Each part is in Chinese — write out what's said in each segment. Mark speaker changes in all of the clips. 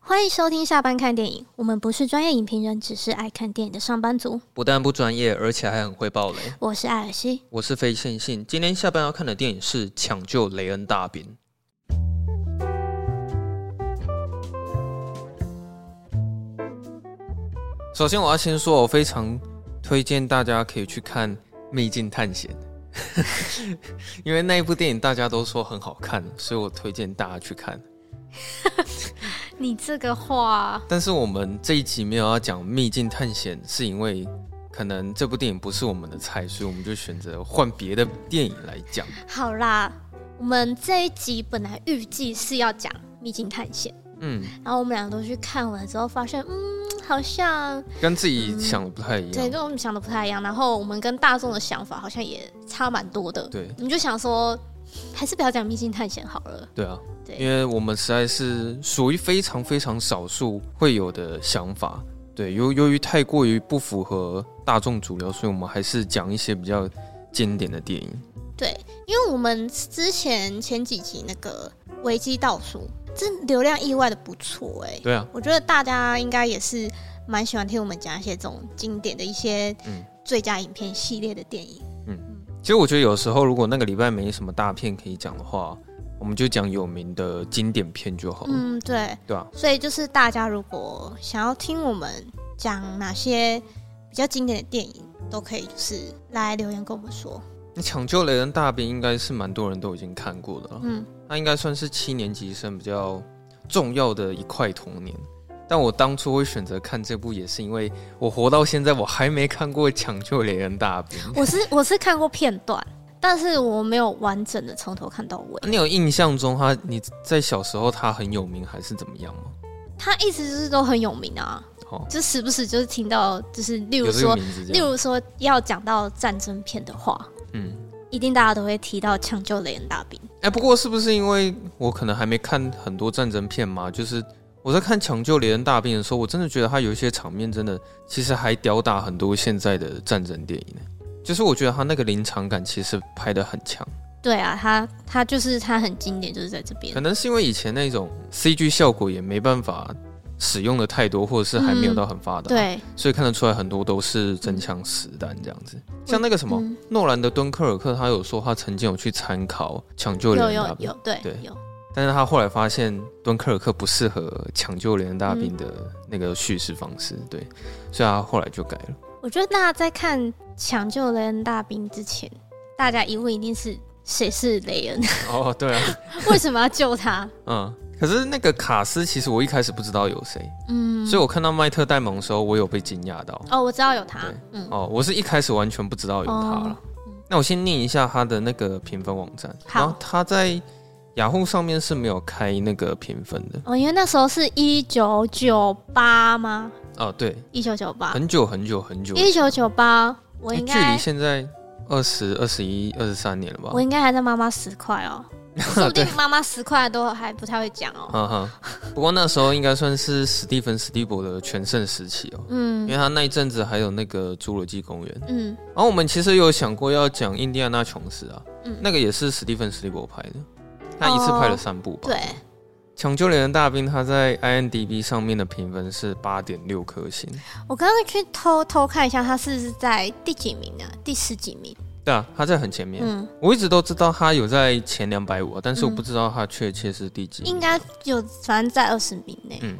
Speaker 1: 欢迎收听下班看电影，我们不是专业影评人，只是爱看电影的上班族。
Speaker 2: 不但不专业，而且还很会爆雷。
Speaker 1: 我是艾尔西，
Speaker 2: 我是非线性，今天下班要看的电影是《抢救雷恩大兵》。首先，我要先说，我非常推荐大家可以去看《秘境探险》，因为那一部电影大家都说很好看，所以我推荐大家去看。
Speaker 1: 你这个话，
Speaker 2: 但是我们这一集没有要讲《秘境探险》，是因为可能这部电影不是我们的菜，所以我们就选择换别的电影来讲。
Speaker 1: 好啦，我们这一集本来预计是要讲《秘境探险》，
Speaker 2: 嗯，
Speaker 1: 然后我们俩都去看完之后，发现，嗯，好像
Speaker 2: 跟自己想的不太一
Speaker 1: 对，
Speaker 2: 样。
Speaker 1: 跟我们想的不太一样。然后我们跟大众的想法好像也差蛮多的。
Speaker 2: 对
Speaker 1: 我们就想说，还是不要讲《秘境探险》好了。
Speaker 2: 对啊，
Speaker 1: 对
Speaker 2: 因为我们实在是属于非常非常少数会有的想法。对，由由于太过于不符合大众主流，所以我们还是讲一些比较经典的电影。
Speaker 1: 对，因为我们之前前几集那个危机倒数，这流量意外的不错哎、
Speaker 2: 对啊，
Speaker 1: 我觉得大家应该也是蛮喜欢听我们讲一些这种经典的一些
Speaker 2: 嗯
Speaker 1: 最佳影片系列的电影。
Speaker 2: 其实我觉得有时候如果那个礼拜没什么大片可以讲的话，我们就讲有名的经典片就好了。
Speaker 1: 嗯，对，
Speaker 2: 对啊，
Speaker 1: 所以就是大家如果想要听我们讲哪些比较经典的电影，都可以就是来留言跟我们说。
Speaker 2: 那《抢救雷恩大兵》应该是蛮多人都已经看过的了，
Speaker 1: 嗯，
Speaker 2: 它应该算是七年级生比较重要的一块童年。但我当初会选择看这部，也是因为我活到现在，我还没看过《抢救雷恩大兵》
Speaker 1: 我是 我是看过片段，但是我没有完整的从头看到尾。
Speaker 2: 你有印象中他你在小时候他很有名还是怎么样吗？
Speaker 1: 他一直就是都很有名啊，
Speaker 2: 哦，
Speaker 1: 就时不时就是听到，就是例如
Speaker 2: 有这个
Speaker 1: 说，
Speaker 2: 名字这
Speaker 1: 例
Speaker 2: 样。
Speaker 1: 如说要讲到战争片的话，
Speaker 2: 嗯，
Speaker 1: 一定大家都会提到《抢救雷恩大兵》。
Speaker 2: 哎、不过是不是因为我可能还没看很多战争片嘛？就是我在看《抢救雷恩大兵》的时候，我真的觉得他有一些场面真的其实还吊打很多现在的战争电影呢。就是我觉得他那个临场感其实拍得很强，
Speaker 1: 对啊，他他就是他很经典，就是在这边
Speaker 2: 可。能是因为以前那种 CG 效果也没办法使用的太多，或者是还没有到很发达，，
Speaker 1: 嗯对，
Speaker 2: 所以看得出来很多都是真枪实弹这样子。像那个什么
Speaker 1: 嗯，
Speaker 2: 诺兰的《敦刻尔克》，他有说他曾经有去参考《抢救
Speaker 1: 有
Speaker 2: 雷恩大
Speaker 1: 有
Speaker 2: 兵》，
Speaker 1: 有，对
Speaker 2: 对
Speaker 1: 有，
Speaker 2: 但是他后来发现敦刻尔克不适合抢救连大兵的那个叙事方式，对，所以他后来就改了。
Speaker 1: 我觉得大家在看《抢救雷恩大兵》之前，大家疑问一定是谁是雷恩，
Speaker 2: 哦，对啊，
Speaker 1: 为什么要救他？
Speaker 2: 嗯，可是那个卡斯其实我一开始不知道有谁，
Speaker 1: 嗯，
Speaker 2: 所以我看到麦特戴蒙的时候，我有被惊讶到。
Speaker 1: 哦，我知道有他
Speaker 2: 对，
Speaker 1: 嗯，哦
Speaker 2: 哦，我是一开始完全不知道有他了。那我先念一下他的那个评分网站，
Speaker 1: 好
Speaker 2: 然后他在雅虎上面是没有开那个评分的。
Speaker 1: 哦，因为那时候是一九九八吗？
Speaker 2: 哦，对，
Speaker 1: 一九九八，
Speaker 2: 很久很久很久，
Speaker 1: 一九九八，啊我
Speaker 2: 诶
Speaker 1: 应
Speaker 2: 距
Speaker 1: 该
Speaker 2: 离现在二十二十一二十三年了吧？
Speaker 1: 我应该还在妈妈十块 哦，说不定妈妈十块都还不太会讲哦。
Speaker 2: 哈哈，不过那时候应该算是史蒂芬·史蒂博的全盛时期哦，因
Speaker 1: 嗯
Speaker 2: 为他那一阵子还有那个《侏罗纪公园》，
Speaker 1: 嗯，
Speaker 2: 然后我们其实有想过要讲《印第安纳琼斯》啊，
Speaker 1: 嗯
Speaker 2: 那个也是史蒂芬·史蒂博拍的，他一次拍了三部
Speaker 1: 哦
Speaker 2: 吧。
Speaker 1: 对，
Speaker 2: 抢救连人大兵》他在 IMDB 上面的评分是八点六颗星，
Speaker 1: 我刚刚去偷偷看一下，他是不是在第几名啊？第十几名？
Speaker 2: 对啊，他在很前面。
Speaker 1: 嗯，
Speaker 2: 我一直都知道他有在前两百五，但是我
Speaker 1: 嗯
Speaker 2: 不知道他确切是第几。
Speaker 1: 应该有，反正在二十名内。
Speaker 2: 嗯，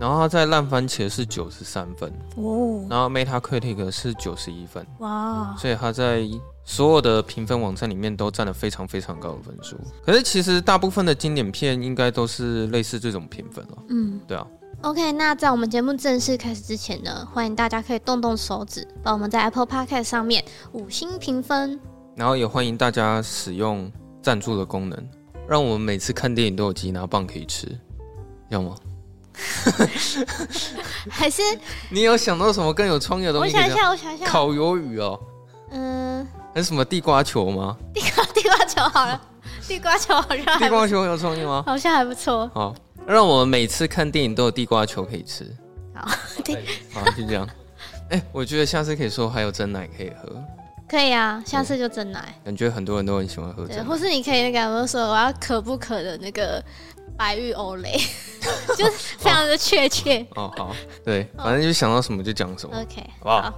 Speaker 2: 然后他在烂番茄是九十三分，
Speaker 1: 哦，
Speaker 2: 然后 Metacritic 是九十一分。
Speaker 1: 哇，
Speaker 2: 所以他在所有的评分网站里面都占了非常非常高的分数。可是其实大部分的经典片应该都是类似这种评分了，
Speaker 1: 嗯
Speaker 2: 对啊。
Speaker 1: ，OK，那在我们节目正式开始之前呢，欢迎大家可以动动手指，帮我们在 Apple Podcast 上面五星评分。
Speaker 2: 然后也欢迎大家使用赞助的功能，让我们每次看电影都有吉拿棒可以吃，要吗？
Speaker 1: 还是
Speaker 2: 你有想到什么更有创意的东
Speaker 1: 我
Speaker 2: 西可
Speaker 1: 想
Speaker 2: 以这
Speaker 1: 一
Speaker 2: 样？
Speaker 1: 下，我想一下，
Speaker 2: 烤鱿鱼哦，
Speaker 1: 嗯，
Speaker 2: 还是什么地瓜球吗？
Speaker 1: 地瓜球好了，地瓜球好像
Speaker 2: 地
Speaker 1: 还
Speaker 2: 瓜球有创意吗？
Speaker 1: 好像还不错。
Speaker 2: 好，让我们每次看电影都有地瓜球可以吃。
Speaker 1: 好，对
Speaker 2: 好，就这样。哎、我觉得下次可以说还有真奶可以喝。
Speaker 1: 可以啊，下次就真来。
Speaker 2: 感觉很多人都很喜欢喝这
Speaker 1: 对，
Speaker 2: 个。
Speaker 1: 或是你可以那个，比如说我要可不可的那个白玉欧蕾， 就是非常的确切。
Speaker 2: 哦，好，对，反正就想到什么就讲什么。
Speaker 1: OK，
Speaker 2: 不好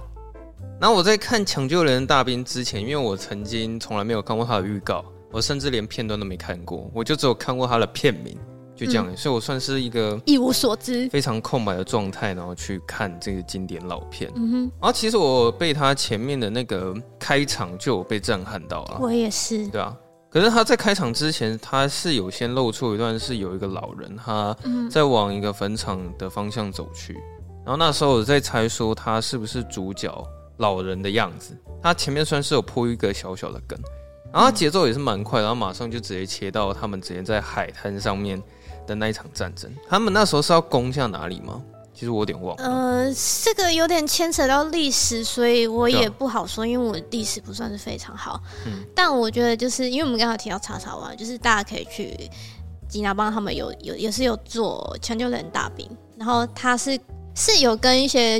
Speaker 2: 然后我在看《抢救人的大兵》之前，因为我曾经从来没有看过他的预告，我甚至连片段都没看过，我就只有看过他的片名，就这样，
Speaker 1: 嗯
Speaker 2: 所以我算是一个
Speaker 1: 一无所知。
Speaker 2: 非常空白的状态，然后去看这个经典老片。
Speaker 1: 嗯
Speaker 2: 然后啊其实我被他前面的那个开场就有被震撼到
Speaker 1: 哼，
Speaker 2: 了，
Speaker 1: 我也是。
Speaker 2: 对啊。可是他在开场之前，他是有先露出一段是有一个老人，他
Speaker 1: 嗯
Speaker 2: 在往一个坟场的方向走去。然后那时候我在猜说他是不是主角老人的样子。他前面算是有铺一个小小的梗，然后他节奏也是蛮快，然后马上就直接切到他们直接在海滩上面的那一场战争。他们那时候是要攻下哪里吗？其实我有点忘了。
Speaker 1: 呃，这个有点牵扯到历史，所以我
Speaker 2: 对啊
Speaker 1: 也不好说，因为我历史不算是非常好。
Speaker 2: 嗯
Speaker 1: 但我觉得就是因为我们刚刚有提到查查哇，就是大家可以去吉拿邦他们有有也是有做抢救人大兵，然后他是是有跟一些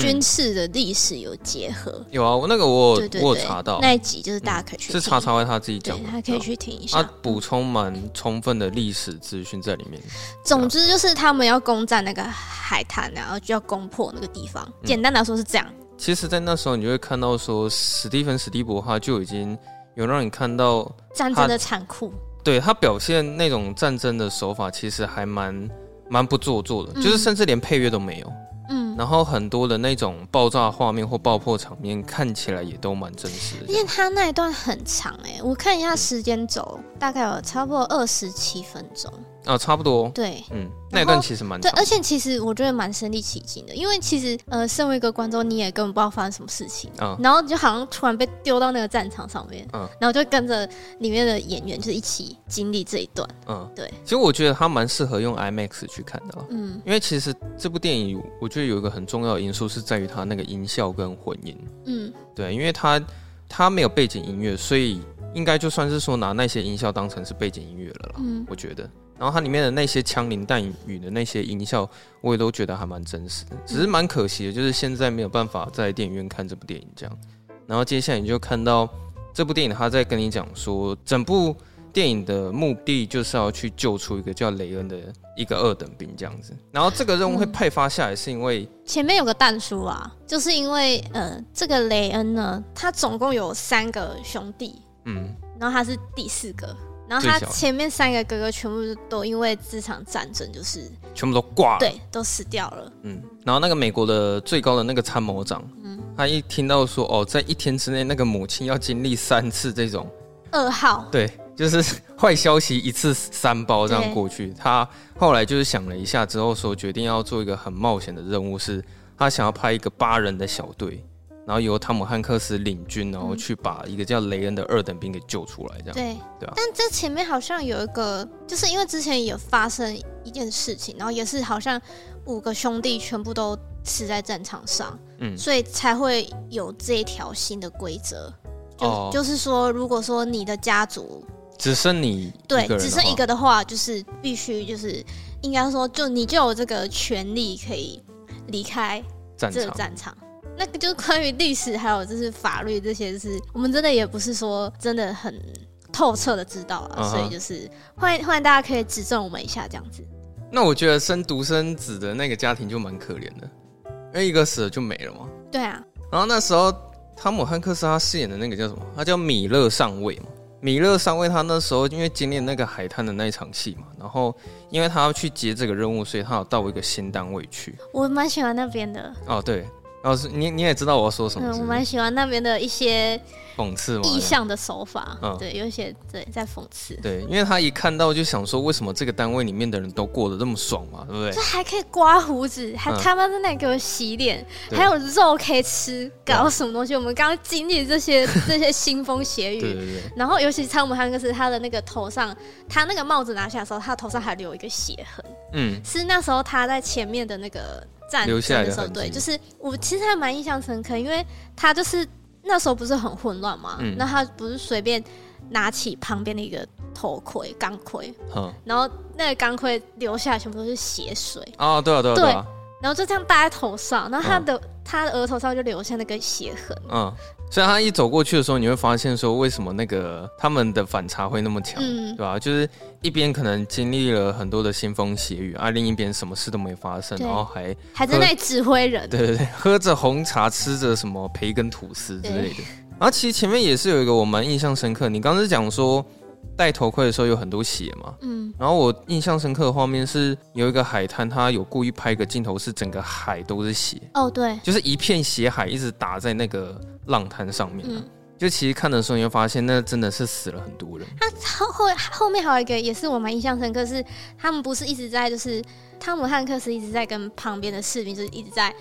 Speaker 1: 呃军事的历史有结合。
Speaker 2: 有啊，我那个我
Speaker 1: 对
Speaker 2: 有
Speaker 1: 对
Speaker 2: 我有
Speaker 1: 对
Speaker 2: 查到，嗯
Speaker 1: 那一集，就是大家可以去
Speaker 2: 是
Speaker 1: 听
Speaker 2: 查，查外他自己
Speaker 1: 对
Speaker 2: 讲，的，
Speaker 1: 他可
Speaker 2: 对
Speaker 1: 以
Speaker 2: 啊
Speaker 1: 去听一
Speaker 2: 他
Speaker 1: 下。
Speaker 2: 补充蛮充分的历史资讯在里面。
Speaker 1: 总之就是他们要攻占那个海滩，然后就要攻破那个地方。
Speaker 2: 嗯
Speaker 1: 简单来说是这样，
Speaker 2: 其实，在那时候你就会看到说，史蒂芬史蒂博他就已经有让你看到，
Speaker 1: 战争的残酷。
Speaker 2: 对他表现那种战争的手法，其实还蛮蛮不做作的，
Speaker 1: 嗯
Speaker 2: 就是甚至连配乐都没有。
Speaker 1: 嗯，
Speaker 2: 然后很多的那种爆炸画面或爆破场面，看起来也都蛮真实的
Speaker 1: 因。为他那一段很长哎、我看一
Speaker 2: 嗯
Speaker 1: 下时间轴，大概有差不多二十七分钟。
Speaker 2: 啊，差不多，
Speaker 1: 对
Speaker 2: 嗯，那一段其实蛮
Speaker 1: 对
Speaker 2: 长，的
Speaker 1: 而且其实我觉得蛮身临其境的，因为其实呃，身为一个观众，你也根本不知道发生什么事情。
Speaker 2: 啊，
Speaker 1: 然后就好像突然被丢到那个战场上面，
Speaker 2: 嗯
Speaker 1: 然后就跟着里面的演员就是一起经历这一段，
Speaker 2: 嗯，
Speaker 1: 对。
Speaker 2: 其实我觉得他蛮适合用 IMAX 去看的、啊。
Speaker 1: 嗯
Speaker 2: 因为其实这部电影，我觉得有一个很重要的因素是在于它那个音效跟混音。
Speaker 1: 嗯，
Speaker 2: 对，因为它它没有背景音乐，所以应该就算是说拿那些音效当成是背景音乐了啦。
Speaker 1: 嗯
Speaker 2: 我觉得。然后它里面的那些枪林弹雨的那些音效，我也都觉得还蛮真实的，只是蛮可惜的，就是现在没有办法在电影院看这部电影这样。然后接下来你就看到这部电影，他在跟你讲说，整部电影的目的就是要去救出一个叫雷恩的一个二等兵这样子。然后这个任务会派发下来，是因为
Speaker 1: 前面有个蛋叔啊，就是因为呃，这个雷恩呢，他总共有三个兄弟，
Speaker 2: 嗯
Speaker 1: 然后他是第四个，然后他
Speaker 2: 最小的
Speaker 1: 前面三个哥哥全部都因为这场战争就是
Speaker 2: 全部都挂了。
Speaker 1: 对都死掉了，
Speaker 2: 嗯，然后那个美国的最高的那个参谋长，他一听到说哦，在一天之内那个母亲要经历三次这种，
Speaker 1: 二号
Speaker 2: 对，就是 坏消息一次三包这样
Speaker 1: 对
Speaker 2: 过去。他后来就是想了一下之后说，决定要做一个很冒险的任务是，他想要派一个八人的小队，然后由汤姆汉克斯领军，然后去把一个叫雷恩的二等兵给救出来，这样。
Speaker 1: 嗯对
Speaker 2: 对啊
Speaker 1: 但这前面好像有一个，就是因为之前有发生一件事情，然后也是好像五个兄弟全部都死在战场上，
Speaker 2: 嗯，
Speaker 1: 所以才会有这一条新的规则。就、
Speaker 2: 哦
Speaker 1: 就是说，如果说你的家族
Speaker 2: 只剩你
Speaker 1: 对
Speaker 2: 一个人
Speaker 1: 只剩
Speaker 2: 的话
Speaker 1: 一个的话，就是必须就是应该说，就你就有这个权利可以离开
Speaker 2: 战
Speaker 1: 这个
Speaker 2: 场，
Speaker 1: 战场。那个就是关于历史，还有就是法律这些是，我们真的也不是说真的很透彻的知道啊
Speaker 2: 嗯哼
Speaker 1: 所以就是欢迎欢迎大家可以指正我们一下这样子。
Speaker 2: 那我觉得生独生子的那个家庭就蛮可怜的，因为一个死了就没了嘛。
Speaker 1: 对啊，
Speaker 2: 然后那时候汤姆汉克斯他饰演的那个叫什么？他叫米勒上尉嘛。米勒上尉他那时候因为经历那个海滩的那一场戏嘛，然后因为他要去接这个任务，所以他有到一个新单位去。
Speaker 1: 我蛮喜欢那边的，
Speaker 2: 哦，对，然后是你你也知道我要说什么
Speaker 1: 嗯，
Speaker 2: 是
Speaker 1: 我
Speaker 2: 不
Speaker 1: 蛮
Speaker 2: 是，
Speaker 1: 喜欢那边的一些
Speaker 2: 讽刺嘛。
Speaker 1: 意象的手法，
Speaker 2: 啊嗯
Speaker 1: 对，有一些对在讽刺，
Speaker 2: 对，因为他一看到就想说，为什么这个单位里面的人都过得这么爽嘛，对不对
Speaker 1: 这？还可以刮胡子，还
Speaker 2: 嗯
Speaker 1: 他妈在那里给我洗脸，
Speaker 2: 对
Speaker 1: 还有肉可以吃，
Speaker 2: 对啊
Speaker 1: 搞什么东西？我们刚刚经历这 些这些腥风血雨，
Speaker 2: 对对对，
Speaker 1: 然后尤其汤姆汉克斯他的那个头上，他那个帽子拿下的时候，他头上还留一个血痕，
Speaker 2: 嗯，
Speaker 1: 是那时候他在前面的那个战
Speaker 2: 留
Speaker 1: 争
Speaker 2: 下来的
Speaker 1: 时候，
Speaker 2: 痕迹
Speaker 1: 对，就是我其实还蛮印象深刻，因为他就是那时候不是很混乱嘛，
Speaker 2: 嗯
Speaker 1: 那他不是随便拿起旁边的一个头盔钢盔，
Speaker 2: 好
Speaker 1: 然后那个钢盔留下来全部都是血水，
Speaker 2: 啊，对啊对啊对啊，
Speaker 1: 然后就这样搭在头上，然后他的、他的额头上就留下那个血痕，
Speaker 2: 嗯，所以他一走过去的时候，你会发现说，为什么那个他们的反差会那么强，
Speaker 1: 嗯
Speaker 2: 对吧、就是一边可能经历了很多的腥风血雨，啊，另一边什么事都没发生，
Speaker 1: 对
Speaker 2: 然后还
Speaker 1: 还在那里指挥人，
Speaker 2: 对对对，喝着红茶，吃着什么培根吐司之类的。然后其实前面也是有一个我蛮印象深刻，你刚才讲说戴头盔的时候有很多血嘛，
Speaker 1: 嗯，
Speaker 2: 然后我印象深刻的画面是有一个海滩，它有故意拍一个镜头是整个海都是血，
Speaker 1: 哦，对，
Speaker 2: 就是一片血海一直打在那个浪滩上面、啊。
Speaker 1: 嗯，
Speaker 2: 就其实看的时候你会发现，那真的是死了很多人。
Speaker 1: 后后后面还有一个也是我蛮印象深刻，是他们不是一直在就是汤姆汉克斯一直在跟旁边的士兵就是一直在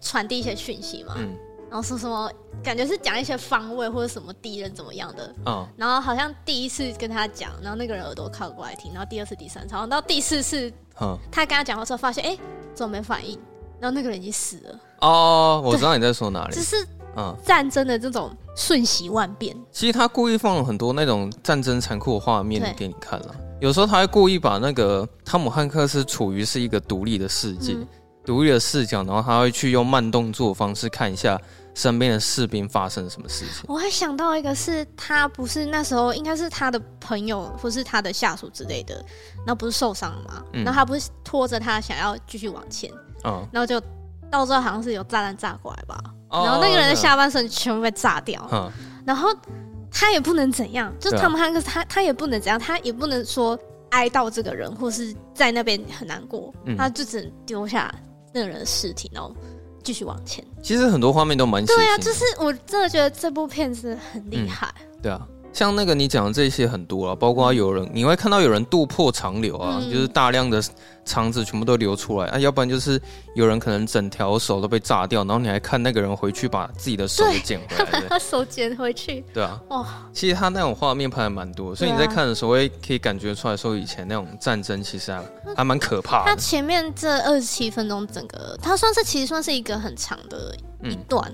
Speaker 1: 传递一些讯息嘛，
Speaker 2: 嗯
Speaker 1: 然后说什么感觉是讲一些方位或者什么敌人怎么样的，
Speaker 2: 啊、
Speaker 1: 然后好像第一次跟他讲，然后那个人耳朵靠过来听，然后第二次、第三次，然后到第四次
Speaker 2: 嗯
Speaker 1: 他跟他讲话的时候，发现哎、诶怎么没反应？然后那个人已经死了，
Speaker 2: 哦，我知道你在说哪里
Speaker 1: 只。是
Speaker 2: 嗯，
Speaker 1: 战争的这种瞬息万变，
Speaker 2: 其实他故意放了很多那种战争残酷的画
Speaker 1: 对
Speaker 2: 面给你看了。有时候他会故意把那个汤姆汉克斯处于是一个独立的世界，
Speaker 1: 嗯
Speaker 2: 独立的视角，然后他会去用慢动作的方式看一下身边的士兵发生了什么事情。
Speaker 1: 我还想到一个是他不是那时候应该是他的朋友或是他的下属之类的，然后不是受伤了嘛，
Speaker 2: 嗯
Speaker 1: 然后他不是拖着他想要继续往前，
Speaker 2: 嗯，
Speaker 1: 然后就到最后好像是有炸弹炸过来吧，
Speaker 2: 哦
Speaker 1: 然后那个人的，下半身全部被炸掉，
Speaker 2: 嗯
Speaker 1: 然后他也不能怎样，就
Speaker 2: 对啊
Speaker 1: 汤姆汉克斯他他也不能怎样，他也不能说哀悼这个人或是在那边很难过，
Speaker 2: 嗯
Speaker 1: 他就只能丢下那个人的尸体，然后继续往前。
Speaker 2: 其实很多画面都蛮血腥
Speaker 1: 对啊，
Speaker 2: 的
Speaker 1: 就是我真的觉得这部片子很厉害。
Speaker 2: 对啊，像那个你讲的这些很多啊，包括有人你会看到有人渡破长流啊，
Speaker 1: 嗯
Speaker 2: 就是大量的肠子全部都流出来啊，要不然就是有人可能整条手都被炸掉，然后你还看那个人回去把自己的手
Speaker 1: 对
Speaker 2: 给捡回
Speaker 1: 他把
Speaker 2: 来的，
Speaker 1: 他手捡回去，
Speaker 2: 对啊，
Speaker 1: 哦
Speaker 2: 其实他那种画面拍的蛮多，所以你在看的时候会可以感觉出来，说以前那种战争其实还还蛮可怕
Speaker 1: 他
Speaker 2: 的，
Speaker 1: 前面这二十七分钟，整个他算是其实算是一个很长的一
Speaker 2: 嗯。
Speaker 1: 段，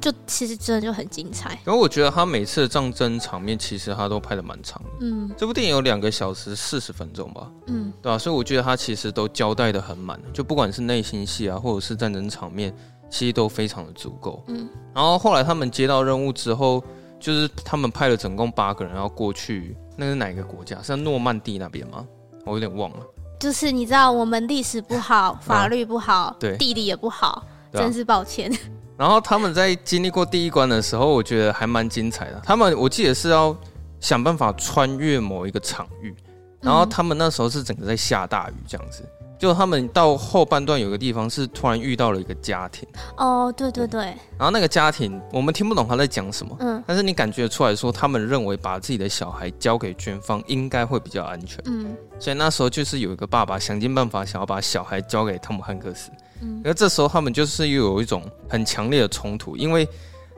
Speaker 1: 就其实真的就很精彩。
Speaker 2: 然后我觉得他每次的战争场面其实他都拍的蛮长的，
Speaker 1: 嗯
Speaker 2: 这部电影有两个小时四十分钟吧，
Speaker 1: 嗯，
Speaker 2: 对啊，所以我觉得他其实都交代的很满，就不管是内心戏啊，或者是战争场面，其实都非常的足够。
Speaker 1: 嗯，
Speaker 2: 然后后来他们接到任务之后，就是他们派了总共八个人要过去，那是哪一个国家？是在诺曼底那边吗？我有点忘了。
Speaker 1: 就是你知道我们历史不好，法律不好，
Speaker 2: 对
Speaker 1: 地理也不好，
Speaker 2: 对啊
Speaker 1: 真是抱歉。
Speaker 2: 然后他们在经历过第一关的时候，我觉得还蛮精彩的。他们我记得是要想办法穿越某一个场域，然
Speaker 1: 嗯
Speaker 2: 后他们那时候是整个在下大雨这样子。就他们到后半段有个地方是突然遇到了一个家庭。
Speaker 1: 哦，对对对，
Speaker 2: 然后那个家庭，我们听不懂他在讲什么，
Speaker 1: 嗯
Speaker 2: 但是你感觉出来说，他们认为把自己的小孩交给军方应该会比较安全，
Speaker 1: 嗯
Speaker 2: 所以那时候就是有一个爸爸想尽办法想要把小孩交给汤姆汉克斯，
Speaker 1: 嗯
Speaker 2: 而这时候他们就是又有一种很强烈的冲突，因为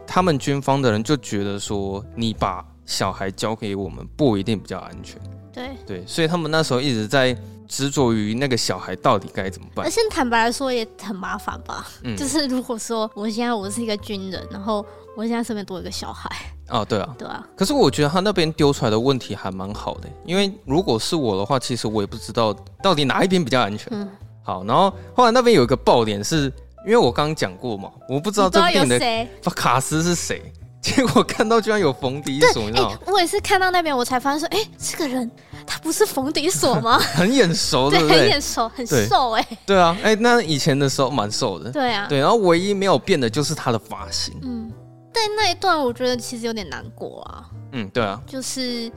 Speaker 2: 他们军方的人就觉得说，你把小孩交给我们不一定比较安全，
Speaker 1: 对。
Speaker 2: 对，所以他们那时候一直在执着于那个小孩到底该怎么办
Speaker 1: 而，且坦白来说也很麻烦吧，
Speaker 2: 嗯
Speaker 1: 就是如果说我现在我是一个军人，然后我现在身边多一个小孩，
Speaker 2: 哦，对啊，
Speaker 1: 对啊，
Speaker 2: 可是我觉得他那边丢出来的问题还蛮好的，因为如果是我的话，其实我也不知道到底哪一边比较安全。
Speaker 1: 嗯，
Speaker 2: 好，然后后来那边有一个爆点是，因为我刚刚讲过嘛，我不知道
Speaker 1: 你
Speaker 2: 这部
Speaker 1: 有
Speaker 2: 电影的
Speaker 1: 谁？
Speaker 2: 卡斯是谁，结果看到居然有冯迪索，你知
Speaker 1: 哎、
Speaker 2: 道吗？
Speaker 1: 我也是看到那边，我才发现说，哎、这个人他不是冯迪索 吗？
Speaker 2: 很眼熟，哦对不
Speaker 1: 哎很
Speaker 2: 对？
Speaker 1: 眼熟，很
Speaker 2: 对
Speaker 1: 瘦哎、
Speaker 2: 对啊，哎，那以前的时候蛮瘦的，
Speaker 1: 对啊，
Speaker 2: 对，然后唯一没有变的就是他的发型。
Speaker 1: 嗯， 但那一段我觉得其实有点难过啊，
Speaker 2: 嗯，对啊，
Speaker 1: 就是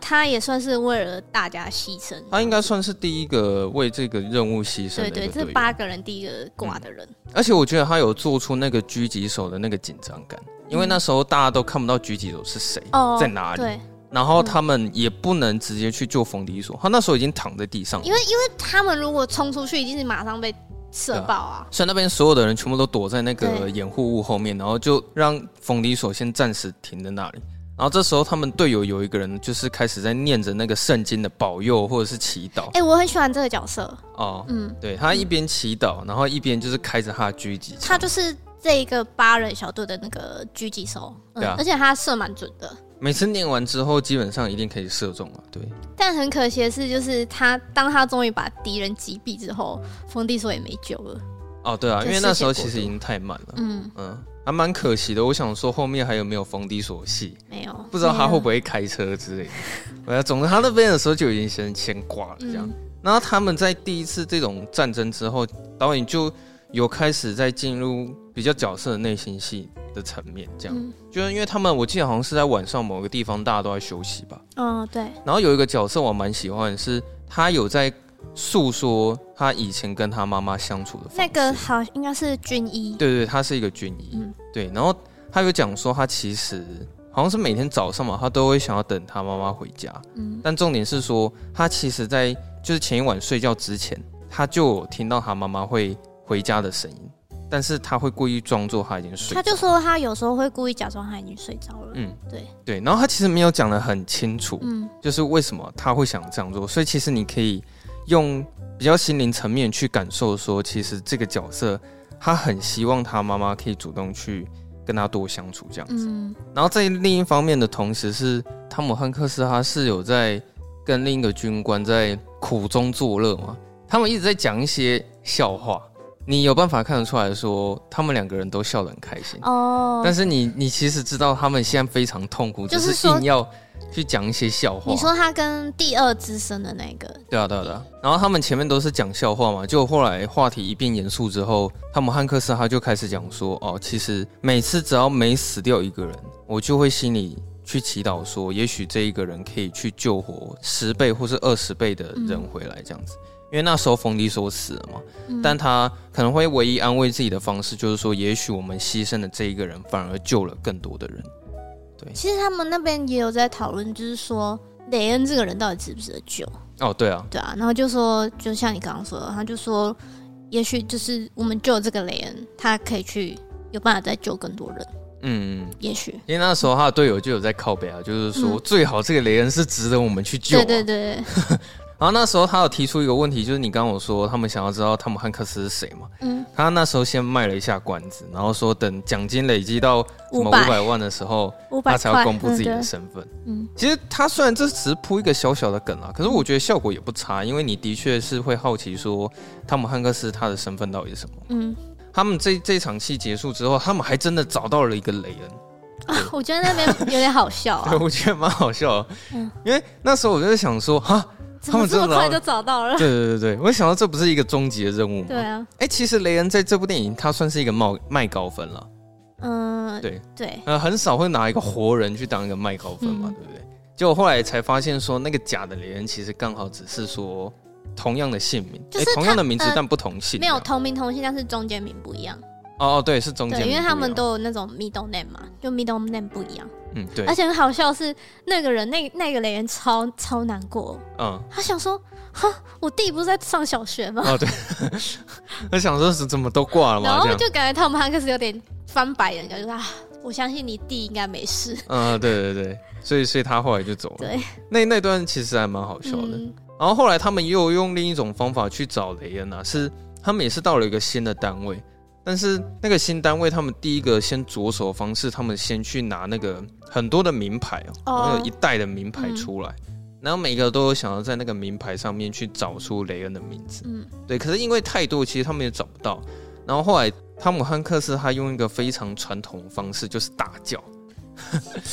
Speaker 1: 他也算是为了大家牺牲，
Speaker 2: 他应该算是第一个为这个任务牺牲
Speaker 1: 对
Speaker 2: 的一个
Speaker 1: 对，
Speaker 2: 队
Speaker 1: 这
Speaker 2: 员
Speaker 1: 八个人第一个
Speaker 2: 嗯
Speaker 1: 挂的人，
Speaker 2: 而且我觉得他有做出那个狙击手的那个紧张感，因为那时候大家都看不到狙击手是谁、
Speaker 1: 哦
Speaker 2: 在哪里，
Speaker 1: 对，
Speaker 2: 然后他们也不能直接去救冯迪索，他那时候已经躺在地上了，
Speaker 1: 因为因为他们如果冲出去，一定是马上被射爆啊，
Speaker 2: 所以那边所有的人全部都躲在那个
Speaker 1: 对
Speaker 2: 掩护物后面，然后就让冯迪索先暂时停在那里。然后这时候他们队友有一个人就是开始在念着那个圣经的保佑或者是祈祷
Speaker 1: 哎、我很喜欢这个角色，
Speaker 2: 哦，
Speaker 1: 嗯，
Speaker 2: 对他一边祈祷，然后一边就是开着他的狙击
Speaker 1: 他
Speaker 2: 枪，
Speaker 1: 就是这一个八人小队的那个狙击手，嗯，
Speaker 2: 对啊
Speaker 1: 而且他射蛮准的。
Speaker 2: 每次念完之后基本上一定可以射中了，对。
Speaker 1: 但很可惜的是，就是他当他终于把敌人击毙之后，冯迪索也没救了。
Speaker 2: 哦，对啊，
Speaker 1: 就
Speaker 2: 因
Speaker 1: 世
Speaker 2: 为那
Speaker 1: 界
Speaker 2: 时候
Speaker 1: 国
Speaker 2: 其实
Speaker 1: 度
Speaker 2: 已经太慢了。
Speaker 1: 嗯，
Speaker 2: 嗯，还蛮可惜的。我想说后面还有没有封底锁戏，
Speaker 1: 没有，
Speaker 2: 不知道他会不
Speaker 1: 会
Speaker 2: 会开车之类的。呃，总之他那边的时候就已经先先挂了这样。
Speaker 1: 嗯
Speaker 2: 然后他们在第一次这种战争之后，导演就有开始在进入比较角色的内心戏的层面，这样。
Speaker 1: 嗯
Speaker 2: 就是因为他们，我记得好像是在晚上某个地方，大家都在休息吧。
Speaker 1: 嗯，对，
Speaker 2: 然后有一个角色我蛮喜欢的是，他有在诉说他以前跟他妈妈相处的方式。
Speaker 1: 那个好应该是军医，
Speaker 2: 对对，他是一个军医，
Speaker 1: 嗯
Speaker 2: 对。然后他有讲说，他其实好像是每天早上嘛，他都会想要等他妈妈回家。
Speaker 1: 嗯
Speaker 2: 但重点是说，他其实在就是前一晚睡觉之前，他就有听到他妈妈会回家的声音，但是他会故意装作他已经睡着。
Speaker 1: 他就说他有时候会故意假装他已经睡着了，
Speaker 2: 嗯，
Speaker 1: 对
Speaker 2: 对。然后他其实没有讲的很清楚，
Speaker 1: 嗯
Speaker 2: 就是为什么他会想这样做。所以其实你可以用比较心灵层面去感受说，其实这个角色他很希望他妈妈可以主动去跟他多相处这样子。
Speaker 1: 嗯
Speaker 2: 然后在另一方面的同时是，汤姆汉克斯他是有在跟另一个军官在苦中作乐嘛，他们一直在讲一些笑话，你有办法看得出来说他们两个人都笑得很开心。
Speaker 1: 哦，
Speaker 2: 但是你，你其实知道他们现在非常痛苦，
Speaker 1: 就
Speaker 2: 只
Speaker 1: 是
Speaker 2: 是
Speaker 1: 说
Speaker 2: 硬要去讲一些笑话。
Speaker 1: 你说他跟第二资深的那个，
Speaker 2: 对啊，对啊，对啊。然后他们前面都是讲笑话嘛，就后来话题一变严肃之后，汤姆汉克斯他就开始讲说，哦，其实每次只要每死掉一个人，我就会心里去祈祷说，也许这一个人可以去救活十倍或是二十倍的人回来这样子。因为那时候冯迪索死了嘛，
Speaker 1: 嗯
Speaker 2: 但他可能会唯一安慰自己的方式就是说，也许我们牺牲的这一个人反而救了更多的人。
Speaker 1: 其实他们那边也有在讨论，就是说雷恩这个人到底值不值得救，
Speaker 2: 哦，对啊，
Speaker 1: 对啊，然后就说，就像你刚刚说的，他就说，也许就是我们救这个雷恩，他可以去有办法再救更多人，
Speaker 2: 嗯，
Speaker 1: 也许，
Speaker 2: 因为那时候他的队友就有在靠北啊，就是说、
Speaker 1: 嗯
Speaker 2: 最好这个雷恩是值得我们去救、啊。
Speaker 1: 对对对，对
Speaker 2: 然后那时候他有提出一个问题，就是你刚刚我说他们想要知道汤姆汉克斯是谁嘛？
Speaker 1: 嗯，
Speaker 2: 他那时候先卖了一下关子，然后说等奖金累积到什么五
Speaker 1: 500
Speaker 2: 百万的时候，
Speaker 1: 五百
Speaker 2: 他
Speaker 1: 块，
Speaker 2: 才要公布自己
Speaker 1: 嗯
Speaker 2: 的
Speaker 1: 对
Speaker 2: 身份。
Speaker 1: 嗯，
Speaker 2: 其实他虽然这只是铺一个小小的梗啊，可是我觉得效果也不差，因为你的确是会好奇说汤姆汉克斯他的身份到底是什么。
Speaker 1: 嗯，
Speaker 2: 他们这这场戏结束之后，他们还真的找到了一个雷恩。
Speaker 1: 啊，我觉得那边有点好笑啊
Speaker 2: 对，，我觉得蛮好笑的
Speaker 1: 嗯
Speaker 2: 因为那时候我就在想说， 哈，
Speaker 1: 怎
Speaker 2: 他
Speaker 1: 么
Speaker 2: 们
Speaker 1: 这
Speaker 2: 真
Speaker 1: 么
Speaker 2: 的
Speaker 1: 快
Speaker 2: 拿
Speaker 1: 就找到了？
Speaker 2: 对对对对，我想到这不是一个终极的任务吗？
Speaker 1: 对啊，
Speaker 2: 哎、其实雷恩在这部电影他算是一个冒卖高分了，
Speaker 1: 嗯，
Speaker 2: 对
Speaker 1: 对，
Speaker 2: 呃，很少会拿一个活人去当一个卖高分嘛，
Speaker 1: 嗯
Speaker 2: 对不对？结果后来才发现说，那个假的雷恩其实刚好只是说同样的姓名，
Speaker 1: 就
Speaker 2: 诶
Speaker 1: 是他
Speaker 2: 同样的名字、
Speaker 1: 呃
Speaker 2: 但不同姓
Speaker 1: 没
Speaker 2: 这样，
Speaker 1: 有同名同姓，但是中间名不一样，
Speaker 2: 哦哦，对，是中间
Speaker 1: 对，
Speaker 2: 名
Speaker 1: 因为他们
Speaker 2: 不一样
Speaker 1: 都有那种 middle name 嘛，就 middle name 不一样，
Speaker 2: 嗯对
Speaker 1: 而，且很好笑的是那个人，那那个雷恩超超难过，
Speaker 2: 嗯
Speaker 1: 他想说，哈，我弟不是在上小学 吗？
Speaker 2: 哦对，我想说是怎么都挂
Speaker 1: 然
Speaker 2: 了嘛这
Speaker 1: 后
Speaker 2: 样，
Speaker 1: 就感觉汤姆汉克斯有点翻白眼，感觉啊，我相信你弟应该没事。
Speaker 2: 嗯对对对，所以所以他后来就走了，
Speaker 1: 对，
Speaker 2: 那那段其实还蛮好笑的。
Speaker 1: 嗯
Speaker 2: 然后后来他们又用另一种方法去找雷恩啊，是他们也是到了一个新的单位，但是那个新单位他们第一个先着手的方式，他们先去拿那个很多的名牌哦，
Speaker 1: 哦嗯
Speaker 2: 好像有一袋的名牌出来。然后每个都有想要在那个名牌上面去找出雷恩的名字，
Speaker 1: 嗯
Speaker 2: 对。可是因为太多，其实他们也找不到。然后后来汤姆汉克斯他用一个非常传统的方式，就是大叫，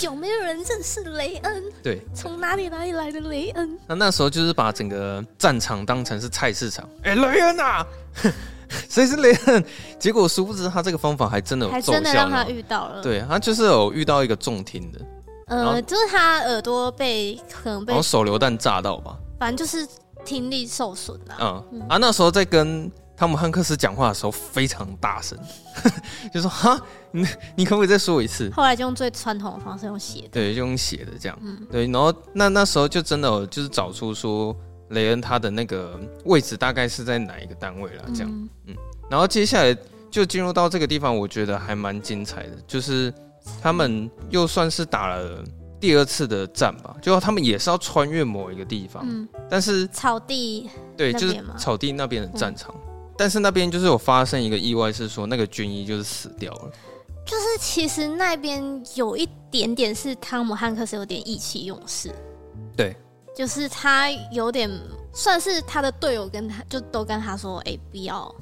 Speaker 1: 有没有人认识雷恩？
Speaker 2: 对。
Speaker 1: 从哪里哪里来的雷恩？
Speaker 2: 那那时候就是把整个战场当成是菜市场，哎、雷恩啊， 谁是雷恩？结果殊不知他这个方法还真的有
Speaker 1: 还
Speaker 2: 奏效
Speaker 1: 真的让他
Speaker 2: 呢
Speaker 1: 遇到了。，
Speaker 2: 对他就是有遇到一个中听的，然后哦
Speaker 1: 呃，就是他耳朵被可能被
Speaker 2: 然后，手榴弹炸到吧，
Speaker 1: 反正就是听力受损啊。
Speaker 2: 嗯啊，那时候在跟汤姆汉克斯讲话的时候非常大声， 就说哈，你你可不可以再说一次？
Speaker 1: 后来就用最传统的方式，用写的。
Speaker 2: 对，就用写的这样，
Speaker 1: 嗯
Speaker 2: 对，然后那那时候就真的有就是找出说雷恩他的那个位置大概是在哪一个单位了，这样。
Speaker 1: 嗯
Speaker 2: 然后接下来就进入到这个地方，我觉得还蛮精彩的，就是他们又算是打了第二次的战吧，就他们也是要穿越某一个地方，
Speaker 1: 嗯，
Speaker 2: 但是
Speaker 1: 草地
Speaker 2: 对，
Speaker 1: 那
Speaker 2: 就是
Speaker 1: 边吗嗯
Speaker 2: 草地那边的战场。但是那边就是有发生一个意外，是说那个军医就是死掉了。
Speaker 1: 就是其实那边有一点点是汤姆汉克斯有点意气用事，
Speaker 2: 对，
Speaker 1: 就是他有点算是他的队友跟他就都跟他说，哎、不要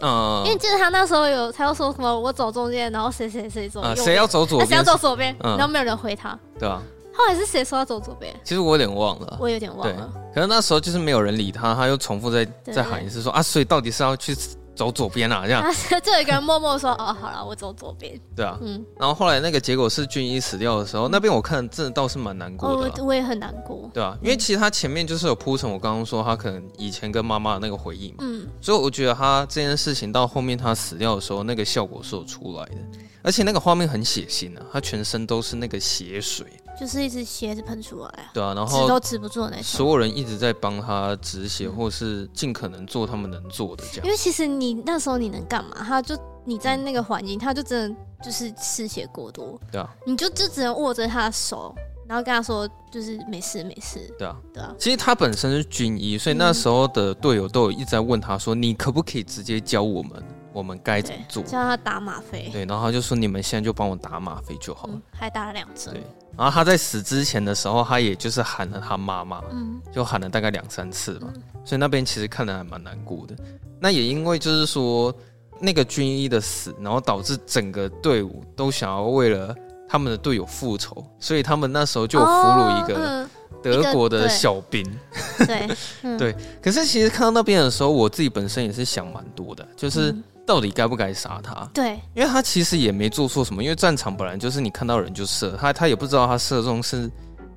Speaker 2: 嗯
Speaker 1: 因为记得他那时候有，他又说什么我走中间，然后谁谁谁走右
Speaker 2: 啊，
Speaker 1: 边，
Speaker 2: 谁要走左
Speaker 1: 啊谁要
Speaker 2: 边？
Speaker 1: 走左边，
Speaker 2: 嗯
Speaker 1: 然后没有人回他。
Speaker 2: 对啊，
Speaker 1: 后来是谁说要走左边？
Speaker 2: 其实我有点忘了。
Speaker 1: 我有点忘
Speaker 2: 对
Speaker 1: 了。，
Speaker 2: 可是那时候就是没有人理他，他又重复再
Speaker 1: 对
Speaker 2: 再喊一次说啊，所以到底是要去走左边啊？这样
Speaker 1: 然后就有一个人默默说：“哦，好了，我走左边。
Speaker 2: 对啊”。
Speaker 1: 嗯，
Speaker 2: 然后后来那个结果是军医死掉的时候，那边我看真的倒是蛮难
Speaker 1: 哦
Speaker 2: 过的啦、
Speaker 1: 我我也很难过。
Speaker 2: 对啊，因为其实他前面就是有铺陈，我刚刚说他可能以前跟妈妈的那个回忆嘛，
Speaker 1: 嗯，
Speaker 2: 所以我觉得他这件事情到后面他死掉的时候，那个效果是有出来的，而且那个画面很血腥啊，他全身都是那个血水，
Speaker 1: 就是一直血是喷出来啊，
Speaker 2: 对啊，然
Speaker 1: 止都
Speaker 2: 后
Speaker 1: 止不住的那种。
Speaker 2: 所有人一直在帮他止血，或是尽可能做他们能做的这
Speaker 1: 因
Speaker 2: 样，
Speaker 1: 为其实你那时候你能干嘛？他就你在那个环境，他就真的就是失血过多，
Speaker 2: 对啊，
Speaker 1: 你就就只能握着他的手，然后跟他说就是没事没事，
Speaker 2: 对啊。
Speaker 1: 对啊，
Speaker 2: 其实他本身是军医，
Speaker 1: 嗯
Speaker 2: 所以那时候的队友都有一直在问他说：“你可不可以直接教我们，我们该怎么
Speaker 1: 对，
Speaker 2: 做？”
Speaker 1: 叫他打吗啡，
Speaker 2: 对，然后他就说你们现在就帮我打吗啡就好了。
Speaker 1: 嗯，还打了两针
Speaker 2: 对，然后他在死之前的时候，他也就是喊了他妈妈，
Speaker 1: 嗯，
Speaker 2: 就喊了大概两三次吧。所以那边其实看得还蛮难过的。那也因为就是说那个军医的死，然后导致整个队伍都想要为了他们的队友复仇，所以他们那时候就有俘虏一个
Speaker 1: 哦一
Speaker 2: 德
Speaker 1: 个
Speaker 2: 国的
Speaker 1: 对
Speaker 2: 小兵。
Speaker 1: 嗯、 对，嗯
Speaker 2: 对可是其实看到那边的时候，我自己本身也是想蛮多的，就是
Speaker 1: 嗯
Speaker 2: 到底该不该杀他？
Speaker 1: 对，
Speaker 2: 因为他其实也没做错什么，因为战场本来就是你看到人就射，他他也不知道他射中是